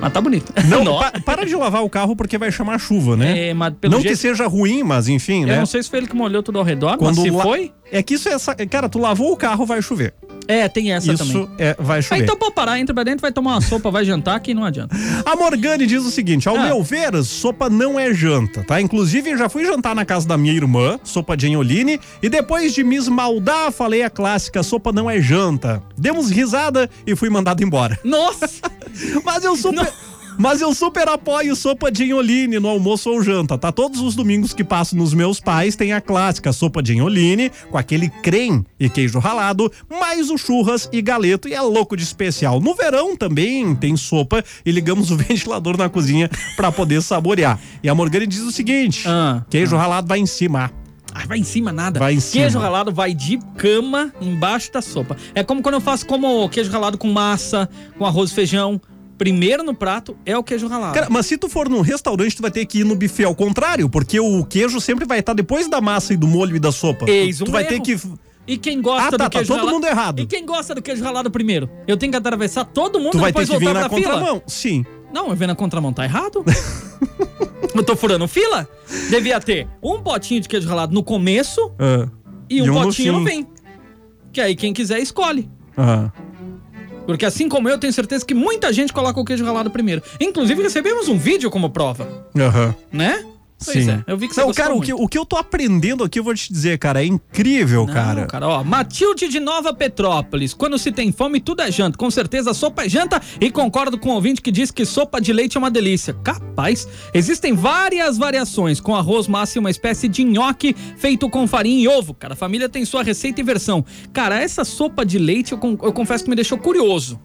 Speaker 4: Mas tá bonito.
Speaker 3: Não,
Speaker 4: Nossa.
Speaker 3: pa- para de lavar o carro porque vai chamar chuva, né?
Speaker 4: É, mas pelo
Speaker 3: não que
Speaker 4: jeito-
Speaker 3: seja ruim, mas enfim,
Speaker 4: Eu
Speaker 3: né?
Speaker 4: não sei se foi ele que molhou tudo ao redor, mas se
Speaker 3: la-
Speaker 4: foi.
Speaker 3: É que isso é. essa- Cara, tu lavou o carro, vai chover.
Speaker 4: É, tem essa
Speaker 3: isso
Speaker 4: também.
Speaker 3: é, vai
Speaker 4: Ah,
Speaker 3: chover.
Speaker 4: então pode parar, entra pra dentro, vai tomar uma sopa, vai jantar, que não adianta.
Speaker 3: A Morgane diz o seguinte: ao meu ver, sopa não é janta, tá? Inclusive, eu já fui jantar na casa da minha irmã, sopa de Enholine, e depois de me esmaldar, falei a clássica: sopa não é janta. Demos risada e fui mandado embora.
Speaker 4: Nossa!
Speaker 3: Mas eu super. Mas eu super apoio sopa de enholine no almoço ou janta, tá? Todos os domingos que passo nos meus pais tem a clássica sopa de enholine com aquele creme e queijo ralado, mais o churras e galeto e é louco de especial. No verão também tem sopa e ligamos o ventilador na cozinha pra poder saborear. E a Morgane diz o seguinte:
Speaker 4: Ah,
Speaker 3: queijo ralado vai em cima.
Speaker 4: Ah, vai em cima nada.
Speaker 3: Vai em
Speaker 4: Queijo
Speaker 3: cima.
Speaker 4: ralado vai de cama embaixo da sopa. É como quando eu faço como queijo ralado com massa, com arroz e feijão. Primeiro no prato é o queijo ralado.
Speaker 3: Cara, mas se tu for num restaurante, tu vai ter que ir no buffet ao contrário, porque o queijo sempre vai estar depois da massa e do molho e da sopa.
Speaker 4: Eis
Speaker 3: tu
Speaker 4: um
Speaker 3: vai ter
Speaker 4: erro.
Speaker 3: que
Speaker 4: e quem gosta
Speaker 3: Ah, tá,
Speaker 4: do
Speaker 3: tá
Speaker 4: queijo
Speaker 3: todo
Speaker 4: ralado...
Speaker 3: mundo errado.
Speaker 4: E quem gosta do queijo ralado primeiro? Eu tenho que atravessar todo mundo
Speaker 3: Tu
Speaker 4: e
Speaker 3: vai ter
Speaker 4: depois
Speaker 3: que vir
Speaker 4: voltar
Speaker 3: na
Speaker 4: pra fila?
Speaker 3: contramão. Sim.
Speaker 4: Não, eu venho na contramão, tá errado? eu tô furando fila? Devia ter um potinho de queijo ralado no começo e um,
Speaker 3: E um no
Speaker 4: potinho
Speaker 3: fim.
Speaker 4: no fim. Que aí quem quiser escolhe.
Speaker 3: Ah.
Speaker 4: Porque assim como eu, tenho certeza que muita gente coloca o queijo ralado primeiro. Inclusive, recebemos um vídeo como prova,
Speaker 3: Aham.
Speaker 4: né? Pois
Speaker 3: Sim.
Speaker 4: é, eu vi que você
Speaker 3: Não,
Speaker 4: gostou
Speaker 3: cara, o
Speaker 4: muito.
Speaker 3: que, o que eu tô aprendendo aqui, eu vou te dizer, cara, é incrível,
Speaker 4: Não,
Speaker 3: cara.
Speaker 4: ó, Matilde de Nova Petrópolis. Quando se tem fome, tudo é janta. Com certeza, sopa é janta. E concordo com o ouvinte que diz que sopa de leite é uma delícia. Capaz. Existem várias variações, com arroz, massa e uma espécie de nhoque feito com farinha e ovo. Cara, a família tem sua receita e versão. Cara, essa sopa de leite, eu, con- eu confesso que me deixou curioso.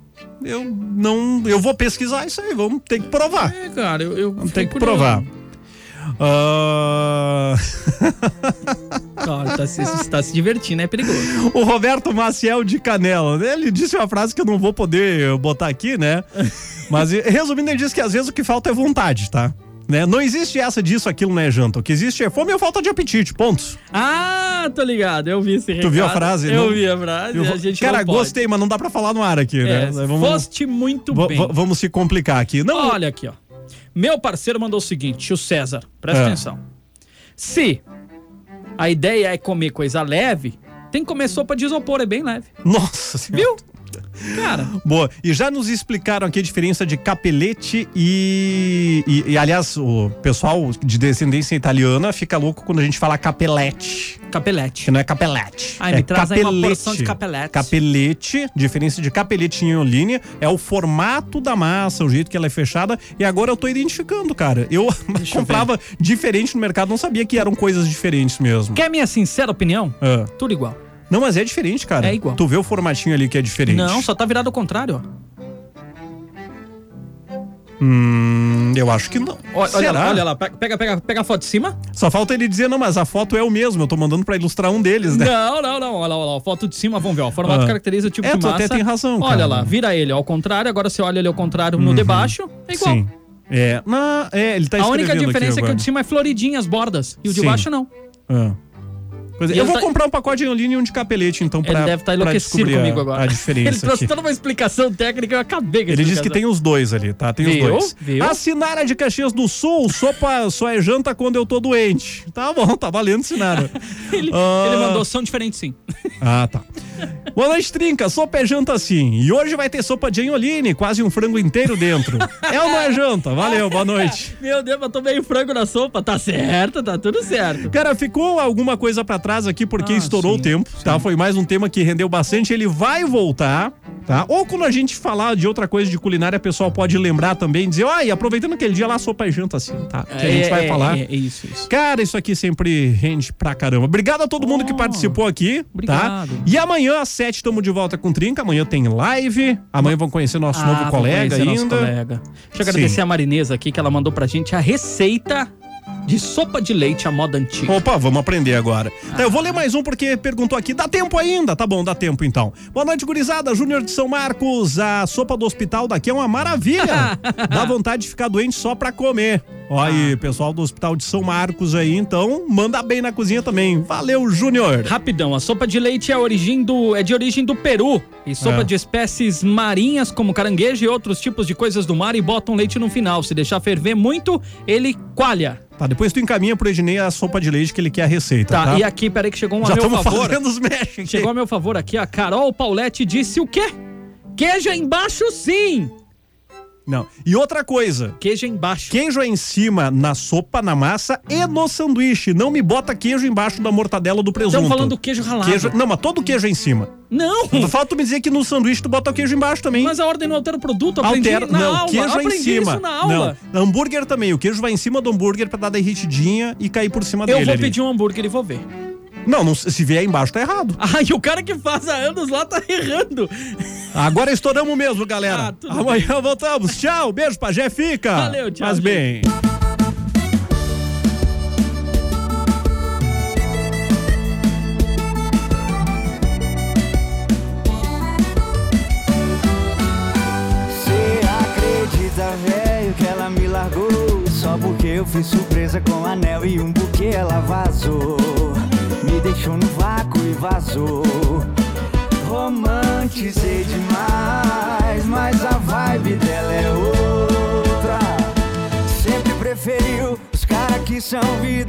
Speaker 3: Eu não. Eu vou pesquisar isso aí, vamos ter que provar.
Speaker 4: É, cara, eu, eu
Speaker 3: Vamos ter que provar. Ah,
Speaker 4: Tá, tá se, tá se divertindo, é perigoso.
Speaker 3: o Roberto Maciel de Canela, né? ele disse uma frase que eu não vou poder botar aqui, né? Mas resumindo, ele disse que às vezes o que falta é vontade, tá? Né? Não existe essa disso, aquilo, né, janta. O que existe é fome ou falta de apetite, pontos.
Speaker 4: Ah, tô ligado, eu vi esse recado.
Speaker 3: Tu viu a frase?
Speaker 4: Eu
Speaker 3: não?
Speaker 4: vi a frase,
Speaker 3: Eu
Speaker 4: a
Speaker 3: vou-
Speaker 4: gente
Speaker 3: Cara,
Speaker 4: não pode.
Speaker 3: gostei, mas não dá pra falar no ar aqui, né?
Speaker 4: É,
Speaker 3: Mas Vamos,
Speaker 4: Foste muito
Speaker 3: va-
Speaker 4: bem.
Speaker 3: va- vamos se complicar aqui. Não,
Speaker 4: Olha aqui, ó. Meu parceiro mandou o seguinte, o César, presta
Speaker 3: É.
Speaker 4: atenção. Se a ideia é comer coisa leve, tem que comer sopa de isopor, é bem leve.
Speaker 3: Nossa Senhora.
Speaker 4: Viu? Cara,
Speaker 3: Boa. E já nos explicaram aqui a diferença de capelete e, e- e, aliás, o pessoal de descendência italiana fica louco quando a gente fala capelete.
Speaker 4: Capelete.
Speaker 3: Que não é capelete.
Speaker 4: Ai,
Speaker 3: é
Speaker 4: me traz aí uma porção de capelete.
Speaker 3: Capelete, diferença de capelete em linha, é o formato da massa, o jeito que ela é fechada. E agora eu tô identificando, cara. Eu comprava diferente no mercado, não sabia que eram coisas diferentes mesmo.
Speaker 4: quer minha sincera opinião?
Speaker 3: Ah.
Speaker 4: Tudo igual.
Speaker 3: Não, mas é diferente, cara.
Speaker 4: É igual.
Speaker 3: Tu vê o formatinho ali que é diferente.
Speaker 4: Não, só tá virado ao contrário, ó.
Speaker 3: Hum, eu acho que não.
Speaker 4: Olha, olha
Speaker 3: Será?
Speaker 4: lá, olha lá, pe- pega, pega, pega a foto de cima.
Speaker 3: Só falta ele dizer, não, mas a foto é o mesmo, eu tô mandando pra ilustrar um deles, né?
Speaker 4: Não, não, não. Olha lá, olha lá. Foto de cima, vamos ver. Ó. Formato
Speaker 3: Ah.
Speaker 4: caracteriza o tipo
Speaker 3: É,
Speaker 4: de
Speaker 3: tu
Speaker 4: massa.
Speaker 3: até tem razão,
Speaker 4: Olha
Speaker 3: cara. Uhum.
Speaker 4: lá, vira ele ao contrário. Agora você olha ele ao contrário no de baixo. É igual.
Speaker 3: Sim. É, na, é, ele tá
Speaker 4: a única
Speaker 3: escrevendo aqui
Speaker 4: diferença é que
Speaker 3: agora.
Speaker 4: o de cima é floridinho as bordas. E o de
Speaker 3: Sim.
Speaker 4: baixo não.
Speaker 3: Ah. Pois é,
Speaker 4: E
Speaker 3: eu
Speaker 4: ele
Speaker 3: vou
Speaker 4: tá-
Speaker 3: comprar um pacote de anilina e um de capelete, então, pra
Speaker 4: ele deve estar
Speaker 3: pra
Speaker 4: enlouquecido
Speaker 3: descobrir a-
Speaker 4: comigo agora.
Speaker 3: A diferença
Speaker 4: ele trouxe
Speaker 3: aqui.
Speaker 4: toda uma explicação técnica e eu acabei com a
Speaker 3: Ele disse que
Speaker 4: explicação.
Speaker 3: tem os dois ali, tá? Tem
Speaker 4: Viu?
Speaker 3: os dois.
Speaker 4: Viu?
Speaker 3: A Sinara de Caxias do Sul, sopa só é janta quando eu tô doente. Tá bom, tá valendo, Sinara.
Speaker 4: Ele,
Speaker 3: Ah.
Speaker 4: ele mandou, são diferentes sim.
Speaker 3: Ah, tá. Boa noite, Trinca. Sopa é janta sim. E hoje vai ter sopa de anholine, quase um frango inteiro dentro. É ou não é janta? Valeu, boa noite.
Speaker 4: Meu Deus, eu tomei frango na sopa. Tá certo, tá tudo certo.
Speaker 3: Cara, ficou alguma coisa pra trás aqui
Speaker 4: Ah,
Speaker 3: porque estourou o tempo, tá? Foi mais um tema que rendeu bastante. Ele vai voltar, tá? Ou quando a gente falar de outra coisa de culinária, o pessoal pode lembrar também, dizer, ó, e aproveitando aquele dia lá, sopa e janta assim, tá? Que a gente vai falar.
Speaker 4: É, é isso, isso.
Speaker 3: Cara, isso aqui sempre rende pra caramba. Obrigado a todo mundo que participou aqui,
Speaker 4: Oh, obrigado.
Speaker 3: tá? E amanhã às sete estamos de volta com o Trinca. Amanhã tem live. Amanhã vão conhecer nosso
Speaker 4: Ah,
Speaker 3: novo
Speaker 4: vou
Speaker 3: colega
Speaker 4: conhecer
Speaker 3: ainda.
Speaker 4: nosso colega. Deixa eu agradecer
Speaker 3: Sim.
Speaker 4: a Marinesa aqui, que ela mandou pra gente a receita de sopa de leite à moda antiga.
Speaker 3: Opa, vamos aprender agora.
Speaker 4: Ah.
Speaker 3: Tá, eu vou ler mais um porque perguntou aqui. Dá tempo ainda? Tá bom, dá tempo então. Boa noite, gurizada. Júnior de São Marcos. A sopa do hospital daqui é uma maravilha. Dá vontade de ficar doente só pra comer. Ó
Speaker 4: Ah.
Speaker 3: aí, pessoal do hospital de São Marcos aí, então manda bem na cozinha também. Valeu, Júnior.
Speaker 4: Rapidão, a sopa de leite é, a origem do, é de origem do Peru. E sopa
Speaker 3: É.
Speaker 4: de espécies marinhas, como caranguejo e outros tipos de coisas do mar, e botam leite no final. Se deixar ferver muito, ele coalha.
Speaker 3: Tá, depois tu encaminha pro Ednei a sopa de leite que ele quer a receita, tá?
Speaker 4: Tá, e aqui, peraí que chegou um
Speaker 3: Já
Speaker 4: a meu
Speaker 3: estamos
Speaker 4: favor.
Speaker 3: fazendo os mexe aqui.
Speaker 4: Chegou a meu favor aqui, a Carol Paulette disse o quê? Queijo é embaixo sim!
Speaker 3: Não. E outra coisa.
Speaker 4: Queijo embaixo.
Speaker 3: Queijo é em cima, na sopa, na massa e no sanduíche. Não me bota queijo embaixo da mortadela ou do presunto.
Speaker 4: Estamos falando do queijo ralado.
Speaker 3: Queijo- tá Não, mas todo queijo é em cima.
Speaker 4: Não!
Speaker 3: Falta me dizer que no sanduíche tu bota o queijo embaixo também.
Speaker 4: Hum. Mas a ordem não altera o produto, eu aprendi
Speaker 3: Altera.
Speaker 4: na
Speaker 3: não,
Speaker 4: aula.
Speaker 3: queijo
Speaker 4: eu
Speaker 3: é em
Speaker 4: aprendi
Speaker 3: cima.
Speaker 4: isso na aula.
Speaker 3: Não, hambúrguer também. O queijo vai em cima do hambúrguer pra dar derritidinha e cair por cima dele.
Speaker 4: eu vou
Speaker 3: ali.
Speaker 4: pedir um hambúrguer e vou ver.
Speaker 3: Não, não, se vier embaixo tá errado.
Speaker 4: Ah, e o cara que faz há anos lá tá errando.
Speaker 3: Agora estouramos mesmo, galera. Amanhã voltamos. Tchau, beijo pra Jé Fica.
Speaker 4: Ah, Valeu, tchau,
Speaker 3: Mas
Speaker 4: gente.
Speaker 3: bem.
Speaker 11: Você acredita, velho, que ela me largou Só porque eu fui surpresa com anel e um buquê Ela vazou, me deixou no vácuo e vazou Romantizei demais, mas a vibe dela é outra Sempre preferiu os caras que são vida um